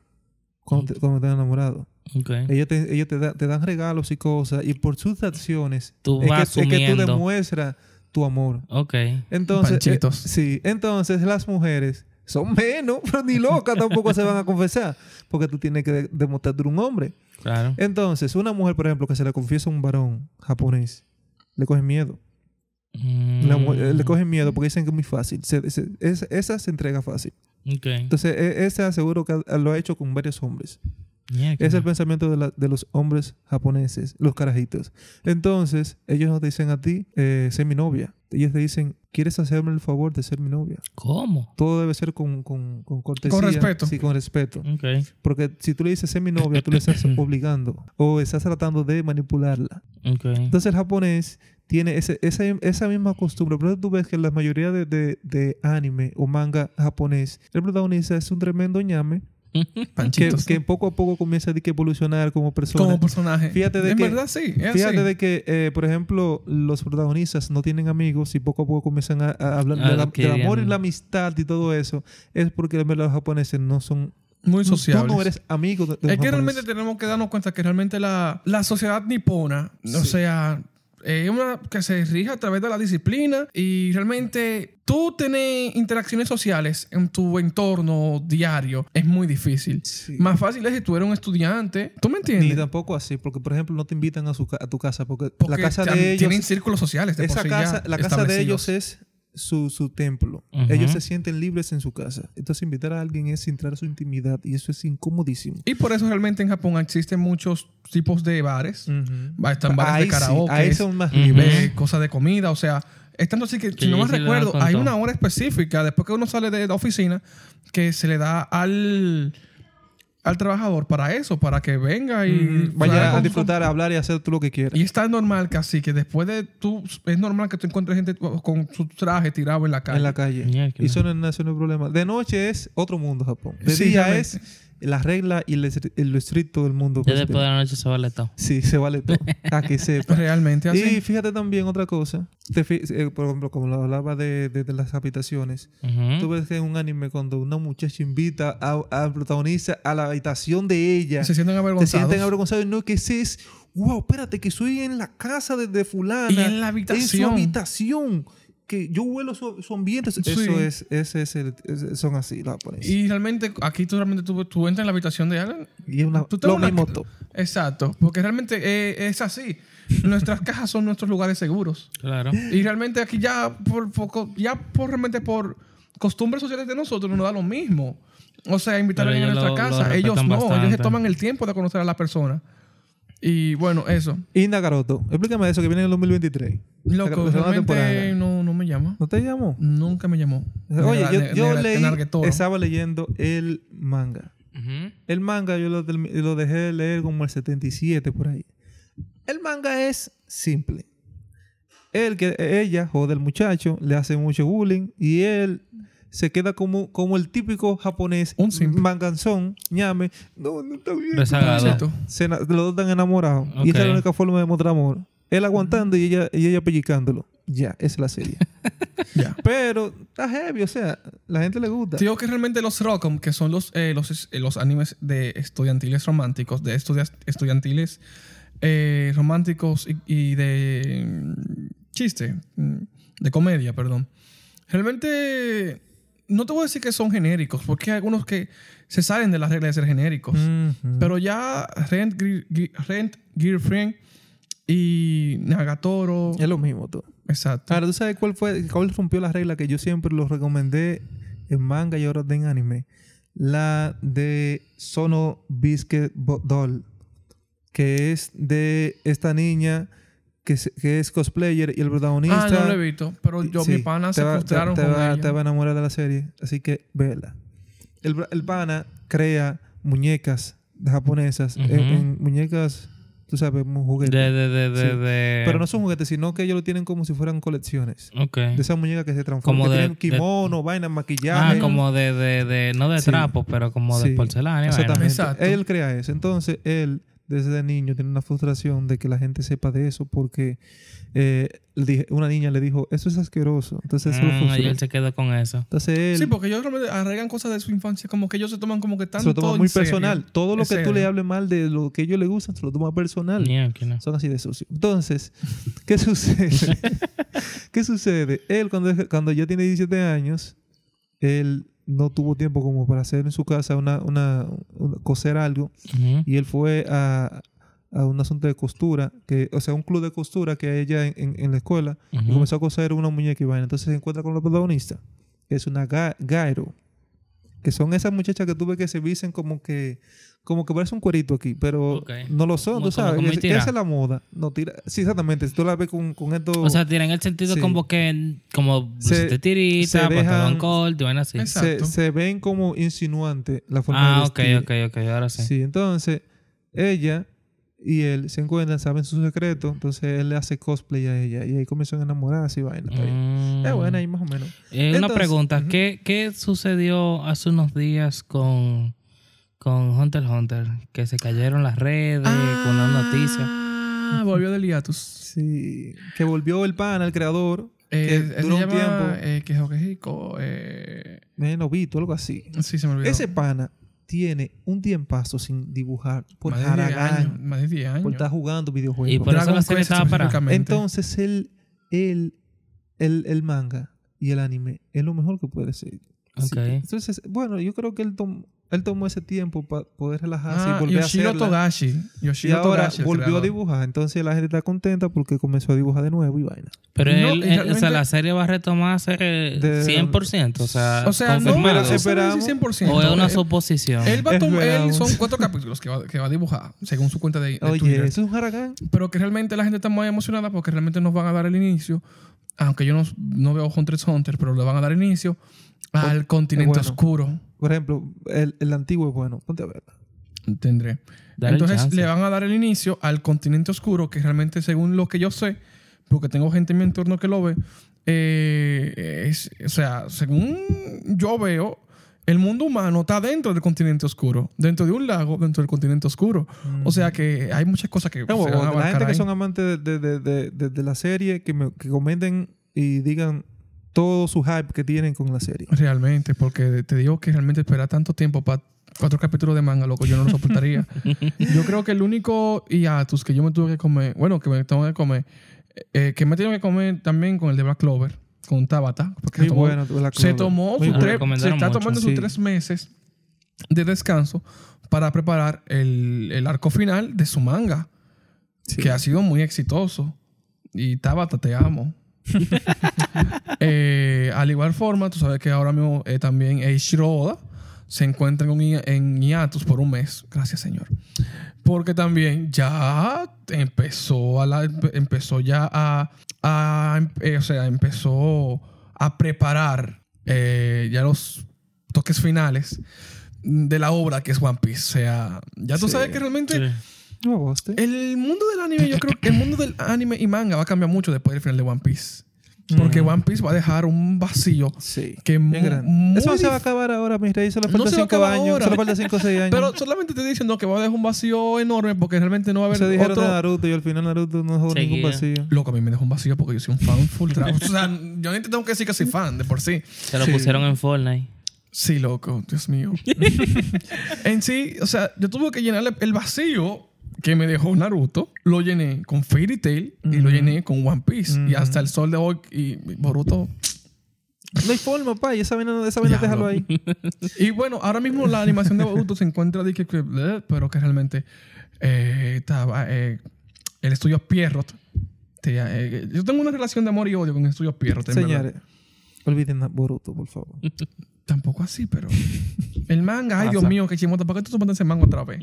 Speaker 3: cuando, te- cuando están enamorados.
Speaker 2: Ok.
Speaker 3: Ellos, te, ellos te, da- te dan regalos y cosas, y por sus acciones
Speaker 2: Tú
Speaker 3: es, que,
Speaker 2: vas
Speaker 3: es que tú
Speaker 2: sumiendo.
Speaker 3: demuestras tu amor.
Speaker 2: Ok.
Speaker 3: Entonces, eh,
Speaker 1: Panchitos.
Speaker 3: sí, entonces las mujeres son menos, pero ni locas tampoco se van a confesar, porque tú tienes que de- demostrar tú eres un hombre.
Speaker 2: Claro.
Speaker 3: Entonces, una mujer, por ejemplo, que se le confiesa a un varón japonés, le cogen miedo. La mu- eh,
Speaker 2: Mm.
Speaker 3: le cogen miedo porque dicen que es muy fácil. Se- se- es- esa se entrega fácil.
Speaker 2: Mm, Ok.
Speaker 3: Entonces, e- esa seguro que ha- lo ha hecho con varios hombres.
Speaker 2: Miércoles.
Speaker 3: Es el pensamiento de, la- de los hombres japoneses, los carajitos. Entonces, ellos no te dicen a ti, eh, sé mi novia. Ellos te dicen, ¿quieres hacerme el favor de ser mi novia?
Speaker 2: ¿Cómo?
Speaker 3: Todo debe ser con, con, con cortesía.
Speaker 1: Con respeto. Mm.
Speaker 3: Sí, con respeto.
Speaker 2: Ok.
Speaker 3: Porque si tú le dices, sé mi novia, tú le estás obligando o estás tratando de manipularla.
Speaker 2: Ok.
Speaker 3: Entonces el japonés tiene ese- esa, esa misma costumbre. Por eso tú ves que la mayoría de, de- de anime o manga japonés, el protagonista es un tremendo ñame que,
Speaker 1: Panchitos.
Speaker 3: que poco a poco comienza a de que evolucionar como persona.
Speaker 1: como personaje.
Speaker 3: Fíjate de
Speaker 1: en
Speaker 3: que-
Speaker 1: verdad, sí. es
Speaker 3: Fíjate
Speaker 1: así.
Speaker 3: de que, eh, por ejemplo, los protagonistas no tienen amigos y poco a poco comienzan a, a hablar
Speaker 2: Ah,
Speaker 3: de la-
Speaker 2: que
Speaker 3: del amor y
Speaker 2: bien.
Speaker 3: la amistad y todo eso. Es porque en verdad, los japoneses no son...
Speaker 1: Muy sociable.
Speaker 3: Tú no eres amigo de, de un
Speaker 1: Es que
Speaker 3: japonés.
Speaker 1: realmente tenemos que darnos cuenta que realmente la, la sociedad nipona, o sea, es una que se rige a través de la disciplina y realmente tú tener interacciones sociales en tu entorno diario es muy difícil.
Speaker 3: Sí.
Speaker 1: Más fácil es si tú eres un estudiante. ¿Tú me
Speaker 3: Ni
Speaker 1: entiendes?
Speaker 3: tampoco así, porque por ejemplo no te invitan a, su, ca- a tu casa, porque,
Speaker 1: Porque
Speaker 3: la casa
Speaker 1: tam-
Speaker 3: de ellos...
Speaker 1: tienen círculos sociales. De
Speaker 3: esa
Speaker 1: por sí
Speaker 3: casa,
Speaker 1: ya
Speaker 3: la casa de
Speaker 1: establecidos.
Speaker 3: ellos es su, su templo.
Speaker 2: Ujú.
Speaker 3: Ellos se sienten libres en su casa. Entonces invitar a alguien es entrar a su intimidad y eso es incomodísimo.
Speaker 1: Y por eso realmente en Japón existen muchos tipos de bares. Están bares
Speaker 3: Mm. Ahí
Speaker 1: de
Speaker 3: sí,
Speaker 1: karaoke.
Speaker 3: ahí son más
Speaker 2: Ujú.
Speaker 3: libres.
Speaker 1: eh, cosas de comida, o sea, es tanto así que,
Speaker 2: Que
Speaker 1: si no
Speaker 2: ya
Speaker 1: me
Speaker 2: sí le
Speaker 1: recuerdo,
Speaker 2: dan
Speaker 1: hay
Speaker 2: con
Speaker 1: una
Speaker 2: todo.
Speaker 1: hora específica después que uno sale de la oficina que se le da al al trabajador para eso, para que venga y
Speaker 3: Ujú.
Speaker 1: Claro,
Speaker 3: Vaya a
Speaker 1: con-
Speaker 3: disfrutar, a hablar y hacer tú lo que quieras.
Speaker 1: Y es tan normal casi que después de tú es normal que tú encuentres gente con su traje tirado en la calle.
Speaker 3: en la calle.
Speaker 2: Miércoles.
Speaker 3: Y eso no, es- eso no es problema. De noche es otro mundo, Japón. De
Speaker 1: Sí,
Speaker 3: día
Speaker 1: realmente.
Speaker 3: es la regla y el estri- el lo estricto del mundo. Pues,
Speaker 2: Ya después de la noche se vale todo.
Speaker 3: Sí, se vale todo. a que sepa.
Speaker 1: Realmente así.
Speaker 3: Y fíjate también otra cosa. Te fi- eh, por ejemplo, como lo hablaba de, de- de las habitaciones.
Speaker 2: Ujú.
Speaker 3: Tú ves que en un anime cuando una muchacha invita a- al protagonista a la habitación de ella,
Speaker 1: se sienten
Speaker 3: te
Speaker 1: avergonzados.
Speaker 3: sienten avergonzados y no que ese es, wow, espérate, que soy en la casa de, de fulana.
Speaker 1: Y en la
Speaker 3: En
Speaker 1: habitación.
Speaker 3: su habitación. Que yo huelo su, su ambiente.
Speaker 1: Sí.
Speaker 3: Eso es, ese es el- ese- son así los japoneses.
Speaker 1: Y realmente aquí tú realmente tú, tú entras en la habitación de alguien
Speaker 3: Y es una,
Speaker 1: tú te
Speaker 3: lo
Speaker 1: una-
Speaker 3: mismo todo.
Speaker 1: Exacto, porque realmente eh, es así. Nuestras cajas son nuestros lugares seguros.
Speaker 2: Claro.
Speaker 1: Y realmente aquí ya por poco, ya por realmente por costumbres sociales de nosotros nos da lo mismo. O sea, invitar a
Speaker 2: Pero
Speaker 1: alguien a
Speaker 2: ellos
Speaker 1: nuestra
Speaker 2: lo- lo
Speaker 1: casa. Ellos
Speaker 2: respetan
Speaker 1: no, ellos se
Speaker 2: bastante.
Speaker 1: toman el tiempo de conocer a la persona. Y bueno, eso.
Speaker 3: Y Nagaroto, explícame eso que viene en el 2023. La-
Speaker 1: Loco,
Speaker 3: la segunda
Speaker 1: realmente
Speaker 3: temporada.
Speaker 1: no, no me llama.
Speaker 3: ¿No te llamó?
Speaker 1: Nunca me llamó.
Speaker 3: Oye,
Speaker 1: Negra-
Speaker 3: yo,
Speaker 1: ne-
Speaker 3: yo
Speaker 1: negra-
Speaker 3: leí,
Speaker 1: Narguetoro.
Speaker 3: estaba leyendo el manga.
Speaker 2: Ujú.
Speaker 3: El manga yo lo, termi- lo dejé de leer como el 77 por ahí. El manga es simple. Él que ella jode al muchacho, le hace mucho bullying y él se queda como, como el típico japonés
Speaker 1: Un simple.
Speaker 3: manganzón, ñame. No, no está bien.
Speaker 2: Rezagado.
Speaker 1: Exacto.
Speaker 3: Se na- los dos están enamorados. Y esa es
Speaker 2: Ok.
Speaker 3: la única forma de mostrar amor. Él aguantando y ella, y ella pellicándolo. Ya, esa es la serie.
Speaker 1: Ya.
Speaker 3: Pero está heavy, o sea, la gente le gusta.
Speaker 1: Digo que realmente los Rockom, que son los, eh, los, eh, los animes de estudiantiles románticos, de estudias- estudiantiles eh, románticos y, y de mm, chiste, mm, de comedia, perdón. Realmente no te voy a decir que son genéricos, porque hay algunos que se salen de las reglas de ser genéricos.
Speaker 3: Ujú.
Speaker 1: Pero ya Rent, Gir- Gir- Rent Girlfriend y Nagatoro
Speaker 3: es lo mismo todo.
Speaker 1: Exacto.
Speaker 3: Ahora, ¿tú sabes cuál fue? Cuál rompió la regla que yo siempre lo recomendé en manga y ahora en anime. La de Sono Biscuit Bo- Doll, que es de esta niña que es, que es cosplayer y el protagonista.
Speaker 1: Ah, no lo he visto, pero yo,
Speaker 3: Sí,
Speaker 1: mi pana
Speaker 3: te
Speaker 1: se
Speaker 3: va-
Speaker 1: frustraron
Speaker 3: te, te
Speaker 1: con
Speaker 3: va,
Speaker 1: ella.
Speaker 3: te va a enamorar de la serie, así que vela. El, bra- el pana crea muñecas japonesas, en-
Speaker 2: Ujú.
Speaker 3: en, muñecas, tú sabes, mu-
Speaker 2: De,
Speaker 3: juguetes.
Speaker 2: de, de, de,
Speaker 3: Sí.
Speaker 2: de-
Speaker 3: Pero no son juguetes, sino que ellos lo tienen como si fueran colecciones.
Speaker 2: Ok.
Speaker 3: De esas muñecas que se transforman.
Speaker 2: Como
Speaker 3: que
Speaker 2: de-
Speaker 3: tienen
Speaker 2: de-
Speaker 3: kimono, vainas,
Speaker 2: Ah,
Speaker 3: maquillaje.
Speaker 2: como de, de, de- no de
Speaker 3: Sí.
Speaker 2: trapo, pero como
Speaker 3: Sí.
Speaker 2: de porcelana. y vaina.
Speaker 3: Exactamente.
Speaker 1: Exacto.
Speaker 3: Él crea eso. Entonces, él desde niño tiene una frustración de que la gente sepa de eso porque eh, di- una niña le dijo, eso es asqueroso. Entonces, eso lo
Speaker 2: Mm, y
Speaker 3: frustró.
Speaker 2: él se quedó con eso.
Speaker 3: Entonces, él
Speaker 1: Sí, porque ellos realmente arreglan cosas de su infancia, como que ellos se toman como que tanto
Speaker 3: se lo toma muy
Speaker 1: en serio.
Speaker 3: personal. Todo lo
Speaker 1: En
Speaker 3: que tú le
Speaker 1: serio.
Speaker 3: hables mal de lo que ellos le gustan, se lo toma personal.
Speaker 2: Ni aquí, no.
Speaker 3: Son así de sucio. Entonces, ¿qué sucede? ¿Qué sucede? Él, cuando, cuando ya tiene 17 años, él no tuvo tiempo como para hacer en su casa una, una, una- coser algo.
Speaker 2: Ujú.
Speaker 3: Y él fue a, a un asunto de costura, que, o sea, un club de costura que hay allá en, en- en la escuela. Y
Speaker 2: Ujú.
Speaker 3: comenzó a coser una muñeca y vaina. Entonces se encuentra con la protagonista, que es una ga- gairo. Que son esas muchachas que tuve que se visten como que... Como que parece un cuerito aquí, pero
Speaker 2: Ok.
Speaker 3: no lo son,
Speaker 2: Como-
Speaker 3: tú
Speaker 2: como-
Speaker 3: sabes.
Speaker 2: como
Speaker 3: Es-
Speaker 2: y tira.
Speaker 3: esa es la moda. No tira. Sí, exactamente. Si tú la ves con, con esto...
Speaker 2: O sea, tienen el sentido
Speaker 3: Sí.
Speaker 2: como que como
Speaker 3: Se-
Speaker 2: se, tirita,
Speaker 3: se dejan-
Speaker 2: pantalón corto, y van así.
Speaker 1: Exacto.
Speaker 3: se, se ven como insinuante la forma
Speaker 2: Ah,
Speaker 3: de
Speaker 2: ok,
Speaker 3: vestir.
Speaker 2: ok, ok, ahora sí.
Speaker 3: Sí, entonces ella y él se encuentran, saben su secreto. Entonces él le hace cosplay a ella. Y ahí comienzan a enamorarse y vaina. está bien.
Speaker 2: Mm.
Speaker 3: Es buena ahí más o menos.
Speaker 2: Eh, una
Speaker 3: Entonces,
Speaker 2: pregunta,
Speaker 3: ujú.
Speaker 2: ¿qué, qué sucedió hace unos días con, con Hunter x Hunter? Que se cayeron las
Speaker 1: Eh,
Speaker 2: redes, con las noticias.
Speaker 1: Ah, volvió del hiatus.
Speaker 3: Sí. Que volvió el pan al creador. Que
Speaker 1: Eh, él
Speaker 3: duró
Speaker 1: se
Speaker 3: un
Speaker 1: llama,
Speaker 3: tiempo.
Speaker 1: eh, que es Oquejico, eh,
Speaker 3: Menovito, algo así.
Speaker 1: sí, se me olvidó.
Speaker 3: Ese pana tiene un tiempazo sin dibujar por
Speaker 1: más de 10 años.
Speaker 3: haragán,
Speaker 1: Más de 10 años.
Speaker 3: por estar jugando videojuegos.
Speaker 2: Y por eso la
Speaker 1: Dragon
Speaker 2: serie
Speaker 1: Quest
Speaker 2: estaba parada.
Speaker 1: específicamente.
Speaker 3: Entonces él, él, el, el manga y el anime es lo mejor que puede ser. Sí.
Speaker 2: Ok.
Speaker 3: Entonces, bueno, yo creo que él, tom- él tomó ese tiempo para poder relajarse
Speaker 1: Ah,
Speaker 3: y volver a
Speaker 1: Yoshiro
Speaker 3: hacerla.
Speaker 1: Togashi.
Speaker 3: Y
Speaker 1: Yoshiro
Speaker 3: ahora
Speaker 1: Togashi, el
Speaker 3: volvió a
Speaker 1: creador.
Speaker 3: dibujar. Entonces la gente está contenta porque comenzó a dibujar de nuevo y vaina.
Speaker 2: Pero
Speaker 1: No,
Speaker 2: él,
Speaker 1: y
Speaker 2: él- o sea,
Speaker 1: realmente-
Speaker 2: la serie va a retomarse eh,
Speaker 3: De-
Speaker 2: 100%, o sea,
Speaker 1: O sea, no,
Speaker 2: confirmado.
Speaker 1: no sé si
Speaker 3: Esperamos.
Speaker 1: 100%.
Speaker 2: o es una
Speaker 1: Eh,
Speaker 2: suposición.
Speaker 1: Él va a tom- él
Speaker 3: Esperamos.
Speaker 1: son cuatro capítulos que va, que va a dibujar, según su cuenta de, de
Speaker 3: Oye,
Speaker 1: Twitter.
Speaker 3: ¿eso es un haragán?
Speaker 1: Pero que realmente la gente está muy emocionada porque realmente nos van a dar el inicio, aunque yo no, no veo Hunter x Hunter, pero le van a dar inicio al continente
Speaker 3: Oh, bueno.
Speaker 1: oscuro.
Speaker 3: Por ejemplo, el, el antiguo es bueno. Ponte a ver.
Speaker 1: Tendré.
Speaker 2: Dale
Speaker 1: Entonces
Speaker 2: chance.
Speaker 1: le van a dar el inicio al continente oscuro, que realmente según lo que yo sé, porque tengo gente en mi entorno que lo ve, eh, es- o sea, según yo veo, el mundo humano está dentro del continente oscuro, dentro de un lago, dentro del continente oscuro. O sea que hay muchas cosas Mm. que...
Speaker 3: No,
Speaker 1: se van a
Speaker 3: huevón, la
Speaker 1: abarcar
Speaker 3: gente que
Speaker 1: ahí.
Speaker 3: son amantes de, de- de- de- de- de la serie, que, me, que comenten y digan todo su hype que tienen con la serie.
Speaker 1: Realmente, porque te digo que realmente esperar tanto tiempo para cuatro capítulos de manga, loco, yo no lo soportaría. yo creo que el único hiatus que yo me tuve que comer, bueno, que me tengo que comer, eh, que me tengo que comer también con el de Black Clover, con Tabata, porque
Speaker 3: Muy
Speaker 1: tomó-
Speaker 3: bueno. la
Speaker 1: se
Speaker 3: Clover.
Speaker 1: tomó sus
Speaker 3: Muy
Speaker 2: bueno.
Speaker 1: tres, se
Speaker 2: Recomendaron
Speaker 1: está
Speaker 2: mucho,
Speaker 1: tomando
Speaker 3: sí.
Speaker 1: sus tres meses de descanso para preparar el, el arco final de su manga,
Speaker 3: Sí.
Speaker 1: que ha sido muy exitoso. Y Tabata, te amo. Eh, al igual forma, tú sabes que ahora mismo eh, también Eiichiro Oda se encuentra en, un hi- en hiatus por un mes. Gracias, señor. Porque también ya empezó a la- empezó ya a, a em- eh, o sea, empezó a preparar eh, ya los toques finales de la obra que es One Piece. O sea, ya tú
Speaker 3: Sí.
Speaker 1: sabes que realmente
Speaker 2: Sí.
Speaker 3: No, boste.
Speaker 1: el mundo del anime, yo creo que el mundo del anime y manga va a cambiar mucho después del final de One Piece. Porque
Speaker 3: Ujú.
Speaker 1: One Piece va a dejar un vacío
Speaker 3: Sí.
Speaker 1: que mu-
Speaker 3: Mm. Bien grande.
Speaker 1: muy
Speaker 3: Eso no se va a
Speaker 1: dif-
Speaker 3: acabar ahora, mis reyes. Solo
Speaker 1: No
Speaker 3: falta
Speaker 1: se va a
Speaker 3: 5
Speaker 1: acabar
Speaker 3: años.
Speaker 1: ahora.
Speaker 3: Solo falta 5 o 6 años.
Speaker 1: Pero solamente te estoy diciendo que va a dejar un vacío enorme porque realmente no va a
Speaker 3: se
Speaker 1: haber
Speaker 3: dijeron de
Speaker 1: otro...
Speaker 3: Naruto y al final Naruto no dejó ningún
Speaker 2: Seguía.
Speaker 3: vacío.
Speaker 1: Loco, a mí me dejó un vacío porque yo soy un fan full trago. O sea, yo ni te tengo que decir que soy fan de por sí.
Speaker 2: Se lo
Speaker 3: Sí.
Speaker 2: pusieron en Fortnite.
Speaker 1: Sí, loco, Dios mío. en sí, o sea, yo tuve que llenar el vacío que me dejó Naruto, lo llené con Fairy Tail y lo
Speaker 3: Ujú.
Speaker 1: llené con One Piece. Y
Speaker 3: Ujú.
Speaker 1: hasta el sol de hoy y Boruto.
Speaker 3: No hay forma, pa. Y esa vaina, no- esa vaina
Speaker 1: Diablo.
Speaker 3: déjalo ahí.
Speaker 1: Y bueno, ahora mismo la animación de Boruto se encuentra, dije, que, bleh, pero que realmente eh, estaba, eh, el estudio eh, Pierrot Te- eh, yo tengo una relación de amor y odio con Estudios Pierro. en verdad. Mm.
Speaker 3: Señores, olviden a Boruto, por favor.
Speaker 1: Tampoco así, pero. El manga, ay Dios
Speaker 2: Pasa.
Speaker 1: mío, que chimota, ¿para qué tú tomaste ese manga otra vez?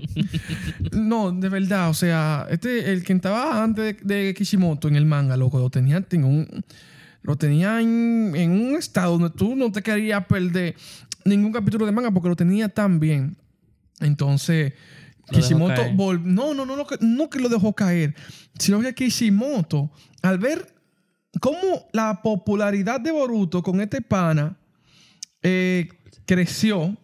Speaker 1: no, de verdad, o sea, este, el que estaba antes de, de Kishimoto en el manga, loco, lo tenía en un. Lo tenía en, en un estado donde tú no te querías perder ningún capítulo de manga porque lo tenía tan bien. Entonces,
Speaker 2: Lo dejó
Speaker 1: Kishimoto
Speaker 2: caer.
Speaker 1: vol- No, no, no, no, que- no que lo dejó caer, sino que Kishimoto, al ver cómo la popularidad de Boruto con este pana eh, creció,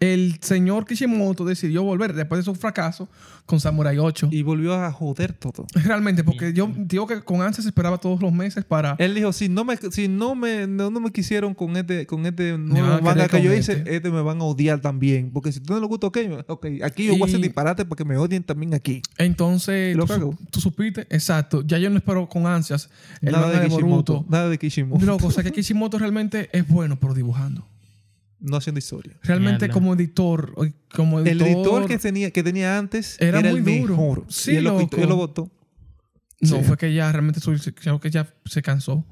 Speaker 1: el señor Kishimoto decidió volver después de su fracaso con Samurai 8.
Speaker 3: Y volvió a joder todo.
Speaker 1: Realmente, porque yo digo que con ansias esperaba todos los meses para...
Speaker 3: Él dijo, si no me, si no me, no, no me quisieron con este, con este
Speaker 1: van a
Speaker 3: nuevo
Speaker 1: querer
Speaker 3: manga que
Speaker 1: con
Speaker 3: yo hice,
Speaker 1: este.
Speaker 3: este me van a odiar también. Porque si tú no le gusta, ok, ok, aquí yo voy a hacer
Speaker 1: Y-
Speaker 3: disparate para que me odien también aquí.
Speaker 1: Entonces,
Speaker 3: Lo
Speaker 1: tú, su-
Speaker 3: cago.
Speaker 1: tú supiste, exacto, ya yo no espero con ansias el
Speaker 3: nada
Speaker 1: manga
Speaker 3: de
Speaker 1: de
Speaker 3: Kishimoto.
Speaker 1: Boruto.
Speaker 3: Nada de Kishimoto.
Speaker 1: Loco, o sea que Kishimoto realmente es bueno por dibujando.
Speaker 3: No haciendo historia.
Speaker 1: Realmente
Speaker 2: Mierda.
Speaker 1: como editor, o- como
Speaker 3: El
Speaker 1: editor,
Speaker 3: editor que tenía, que tenía antes
Speaker 1: Era
Speaker 3: era,
Speaker 1: muy
Speaker 3: el
Speaker 1: duro.
Speaker 3: mejor.
Speaker 1: Sí,
Speaker 3: y él lo,
Speaker 1: loco.
Speaker 3: quitó, él lo votó.
Speaker 1: no
Speaker 3: sí.
Speaker 1: fue que ya realmente su- creo que ya se cansó.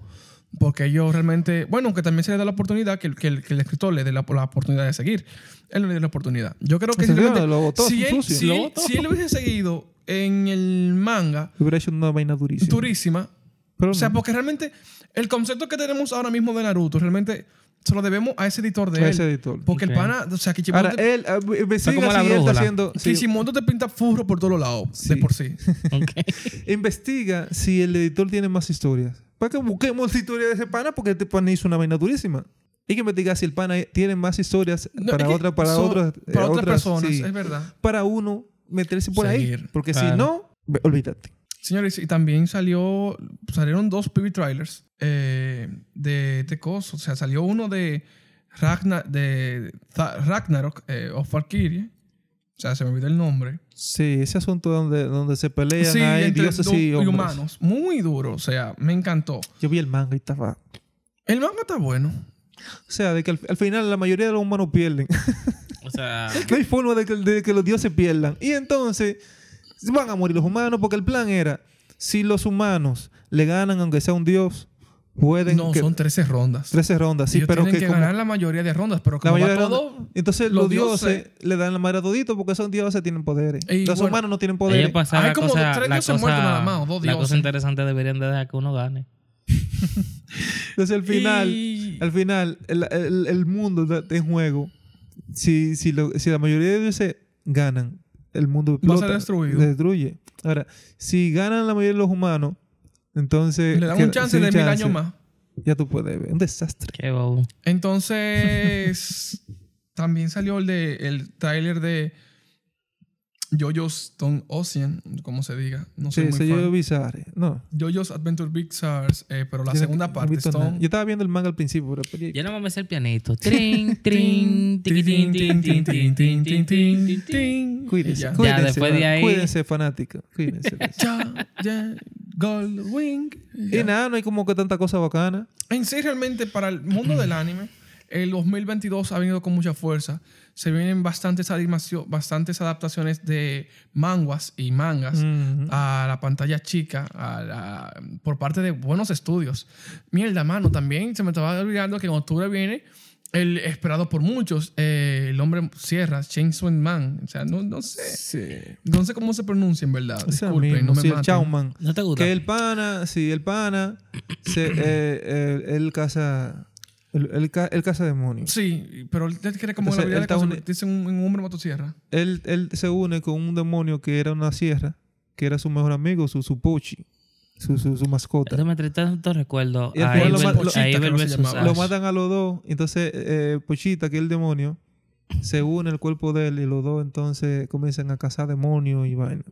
Speaker 1: Porque ellos realmente, bueno, aunque también se le da la oportunidad que, el- que el, que el escritor le dé la, la oportunidad de seguir. Él no le dio la oportunidad. Yo creo que
Speaker 3: Ese
Speaker 1: simplemente-
Speaker 3: señor lo botó,
Speaker 1: si,
Speaker 3: es un
Speaker 1: él,
Speaker 3: sucio.
Speaker 1: si
Speaker 3: Lo
Speaker 1: él-
Speaker 3: botó.
Speaker 1: si él hubiese seguido en el manga,
Speaker 3: Hubiera hecho una vaina durísima.
Speaker 1: durísima,
Speaker 3: Pero
Speaker 1: O sea,
Speaker 3: no.
Speaker 1: porque realmente el concepto que tenemos ahora mismo de Naruto, realmente se lo debemos a ese editor de
Speaker 3: A
Speaker 1: él.
Speaker 3: ese editor.
Speaker 1: Porque
Speaker 2: Ok.
Speaker 1: el pana, o sea, Kishimoto,
Speaker 3: Ahora,
Speaker 1: te,
Speaker 3: él, ah, me- me sigue
Speaker 2: como la
Speaker 3: así, él está
Speaker 2: brújula.
Speaker 3: haciendo... sí,
Speaker 1: Kishimoto te pinta furro por todos lados, de
Speaker 3: Sí.
Speaker 1: por sí.
Speaker 2: Ok.
Speaker 3: Investiga si el editor tiene más historias. Para que busquemos la historia de ese pana, porque este pana hizo una vaina durísima. Y que investigar si el pana tiene más historias
Speaker 1: No,
Speaker 3: para
Speaker 1: es que
Speaker 3: otra, para
Speaker 1: son-
Speaker 3: otras, eh,
Speaker 1: para otras, personas,
Speaker 3: sí.
Speaker 1: es verdad.
Speaker 3: Para uno meterse por ahí.
Speaker 1: Seguir,
Speaker 3: Porque
Speaker 2: claro.
Speaker 3: si no, ve- olvídate.
Speaker 1: Señores, y también salió, salieron dos PV trailers eh, de este coso. O sea, salió uno de, Ragna- de Tha- Ragnarok eh, of Valkyrie. O sea, se me olvidó el nombre.
Speaker 3: Sí, ese asunto donde, donde se pelean
Speaker 1: Sí,
Speaker 3: hay
Speaker 1: entre
Speaker 3: dioses
Speaker 1: du-
Speaker 3: y
Speaker 1: y
Speaker 3: hombres.
Speaker 1: humanos. Muy duro, o sea, me encantó.
Speaker 3: Yo vi el manga y estaba...
Speaker 1: El manga está bueno.
Speaker 3: O sea, de que al, al final la mayoría de los humanos pierden.
Speaker 2: O sea,
Speaker 3: no hay forma de que, de que los dioses pierdan. Y entonces van a morir los humanos porque el plan era, si los humanos le ganan aunque sea un dios, pueden...
Speaker 1: No,
Speaker 3: que-
Speaker 1: son 13 rondas.
Speaker 3: 13 rondas, sí,
Speaker 1: Ellos
Speaker 3: pero que,
Speaker 1: tienen que,
Speaker 3: como-
Speaker 1: ganar la mayoría de rondas, pero
Speaker 3: la
Speaker 1: como
Speaker 3: mayoría
Speaker 1: va
Speaker 3: de rondas-
Speaker 1: todo...
Speaker 3: Entonces
Speaker 1: los
Speaker 3: los dioses
Speaker 1: dioses-
Speaker 3: le dan la madre a todito porque son dioses, tienen poderes.
Speaker 1: Y
Speaker 3: los
Speaker 1: bueno,
Speaker 3: humanos no tienen
Speaker 2: Ahí
Speaker 3: poderes.
Speaker 1: Hay
Speaker 2: pasa la
Speaker 1: como
Speaker 2: cosa,
Speaker 1: tres
Speaker 2: la
Speaker 1: dioses
Speaker 2: cosa,
Speaker 1: muertos nada más, o dos
Speaker 2: la
Speaker 1: dioses.
Speaker 2: cosa interesante deberían de dejar que uno gane.
Speaker 3: Entonces al final,
Speaker 1: Y-
Speaker 3: al final, el, el- el mundo está está en juego. Si, si, lo- si la mayoría de dioses ganan, el mundo
Speaker 1: Va a ser
Speaker 3: explota,
Speaker 1: destruido.
Speaker 3: se destruye. Ahora, si ganan la mayoría de los humanos, entonces...
Speaker 1: Le dan
Speaker 3: queda-
Speaker 1: un chance
Speaker 3: sí,
Speaker 1: de
Speaker 3: un
Speaker 1: mil
Speaker 3: chance.
Speaker 1: años más.
Speaker 3: Ya tú puedes ver. Un desastre.
Speaker 2: Qué bobo.
Speaker 1: Entonces, también salió el, de, el trailer de Jojo's Stone Ocean, como se diga. No
Speaker 3: Sí,
Speaker 1: sé
Speaker 3: se
Speaker 1: muy
Speaker 3: yo
Speaker 1: fan.
Speaker 3: bizarre. No.
Speaker 1: Jojo's Adventure Big Stars, eh, pero la
Speaker 3: Yo no-
Speaker 1: segunda
Speaker 3: no he
Speaker 1: parte,
Speaker 3: visto
Speaker 1: Stone-
Speaker 3: nada. Yo estaba viendo el manga al principio, pero... pues,
Speaker 2: Yo no me sé el pianito. Trin, trin, tiquitín, tin, tin, tin, tin, tin, tin, tin.
Speaker 1: Y
Speaker 3: Cuídense,
Speaker 1: ya.
Speaker 3: cuídense,
Speaker 2: después de
Speaker 3: fan-
Speaker 2: ahí-
Speaker 3: cuídense, fanático. Cuídense. pues.
Speaker 1: Ya, ya, Goldwing.
Speaker 3: y nada, no hay como que tanta cosa bacana.
Speaker 1: En sí, realmente, para el mundo del anime, el 2022 ha venido con mucha fuerza. Se vienen bastantes, animacio- bastantes adaptaciones de manguas y mangas
Speaker 3: Ujú.
Speaker 1: a la pantalla chica a la- por parte de buenos estudios. Mierda, mano, también se me estaba olvidando que en octubre viene el esperado por muchos, eh, el hombre sierra, Chainsaw Man. O sea, no, no sé.
Speaker 3: Sí.
Speaker 1: No sé cómo se pronuncia en verdad.
Speaker 3: O sea,
Speaker 1: Disculpen,
Speaker 3: mismo,
Speaker 1: no me
Speaker 3: sí, el
Speaker 1: maten.
Speaker 3: Chauman.
Speaker 2: ¿No te gusta?
Speaker 3: Que el pana, sí, el pana, se, eh, eh, él caza, él, él ca- él caza demonios.
Speaker 1: Sí, pero él quiere como
Speaker 3: Entonces,
Speaker 1: la
Speaker 3: él
Speaker 1: vida de
Speaker 3: está
Speaker 1: convertirse
Speaker 3: un-
Speaker 1: en un, en un hombre motosierra.
Speaker 3: Él, él se une con un demonio que era una sierra, que era su mejor amigo, su, su pochi, su, su, su mascota.
Speaker 2: Eso me trae tanto recuerdo
Speaker 3: Y el
Speaker 2: a
Speaker 3: pueblo
Speaker 2: Evil,
Speaker 3: ma- lo-
Speaker 2: a Evil
Speaker 1: que no se
Speaker 2: versus
Speaker 1: llamaba.
Speaker 2: Ash.
Speaker 3: Lo matan a los dos, entonces eh, Pochita, que es el demonio, se une al cuerpo de él y los dos entonces comienzan a cazar demonios y vaina.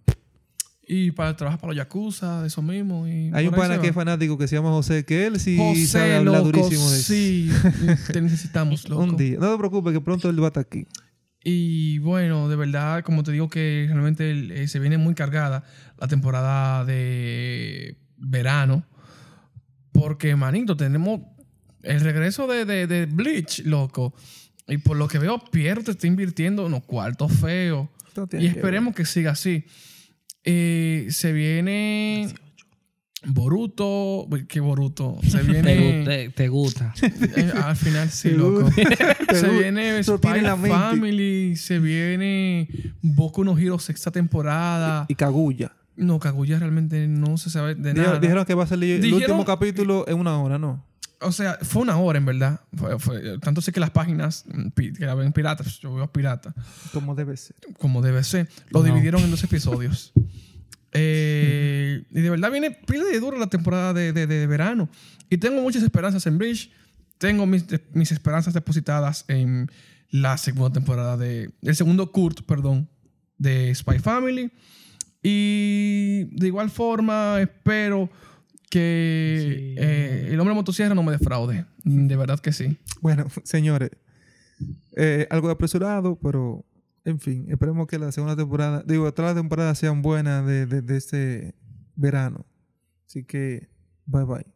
Speaker 1: Y para trabajar para los Yakuza, eso mismo. Y
Speaker 3: Hay un
Speaker 1: por ahí
Speaker 3: pana
Speaker 1: se
Speaker 3: que es
Speaker 1: va.
Speaker 3: fanático que se llama José, que él sí sabe
Speaker 1: José,
Speaker 3: hablar
Speaker 1: loco,
Speaker 3: durísimo de eso.
Speaker 1: sí. Te necesitamos, loco.
Speaker 3: Un día. No te preocupes, que pronto él va a estar aquí.
Speaker 1: Y bueno, de verdad, como te digo que realmente eh, se viene muy cargada la temporada de verano. Porque, manito, tenemos el regreso de, de- de Bleach, loco. Y por lo que veo, Pierre te está invirtiendo unos cuartos feos.
Speaker 3: Esto tiene
Speaker 1: Y
Speaker 3: que ver.
Speaker 1: esperemos que siga así. Eh, se viene Boruto, que Boruto, se
Speaker 2: Te, gu-
Speaker 1: viene
Speaker 2: te- te gusta.
Speaker 1: eh, al final sí,
Speaker 3: Te
Speaker 1: loco.
Speaker 3: gusta, te
Speaker 1: se
Speaker 3: gusta.
Speaker 1: viene
Speaker 3: Eso tiene
Speaker 1: Spy
Speaker 3: la mente.
Speaker 1: Family, se viene Boku no Hero sexta temporada.
Speaker 3: Y Kaguya.
Speaker 1: No, Kaguya realmente no se sabe de nada.
Speaker 3: Dijeron, dijeron que va a salir el
Speaker 1: Dijeron-
Speaker 3: último capítulo en una hora, ¿no?
Speaker 1: O sea, fue una hora en verdad. Fue- fue- tanto sé que las páginas mm, pi- que la ven piratas, pues, yo veo piratas,
Speaker 3: Como debe ser.
Speaker 1: como debe ser, lo
Speaker 2: No.
Speaker 1: dividieron en dos episodios. Eh, y de verdad viene pila de duro la temporada de, de- de verano. Y tengo muchas esperanzas en Bridge. Tengo mis, de- mis esperanzas depositadas en la segunda temporada de. El segundo Kurt, perdón, de Spy Family. Y de igual forma, espero que
Speaker 2: Sí.
Speaker 1: eh, el hombre motosierra no me defraude. De verdad que sí.
Speaker 3: Bueno, señores, eh, algo apresurado, pero en fin, esperemos que la segunda temporada, digo, todas las temporadas sean buenas de, de, de este verano. Así que, bye bye.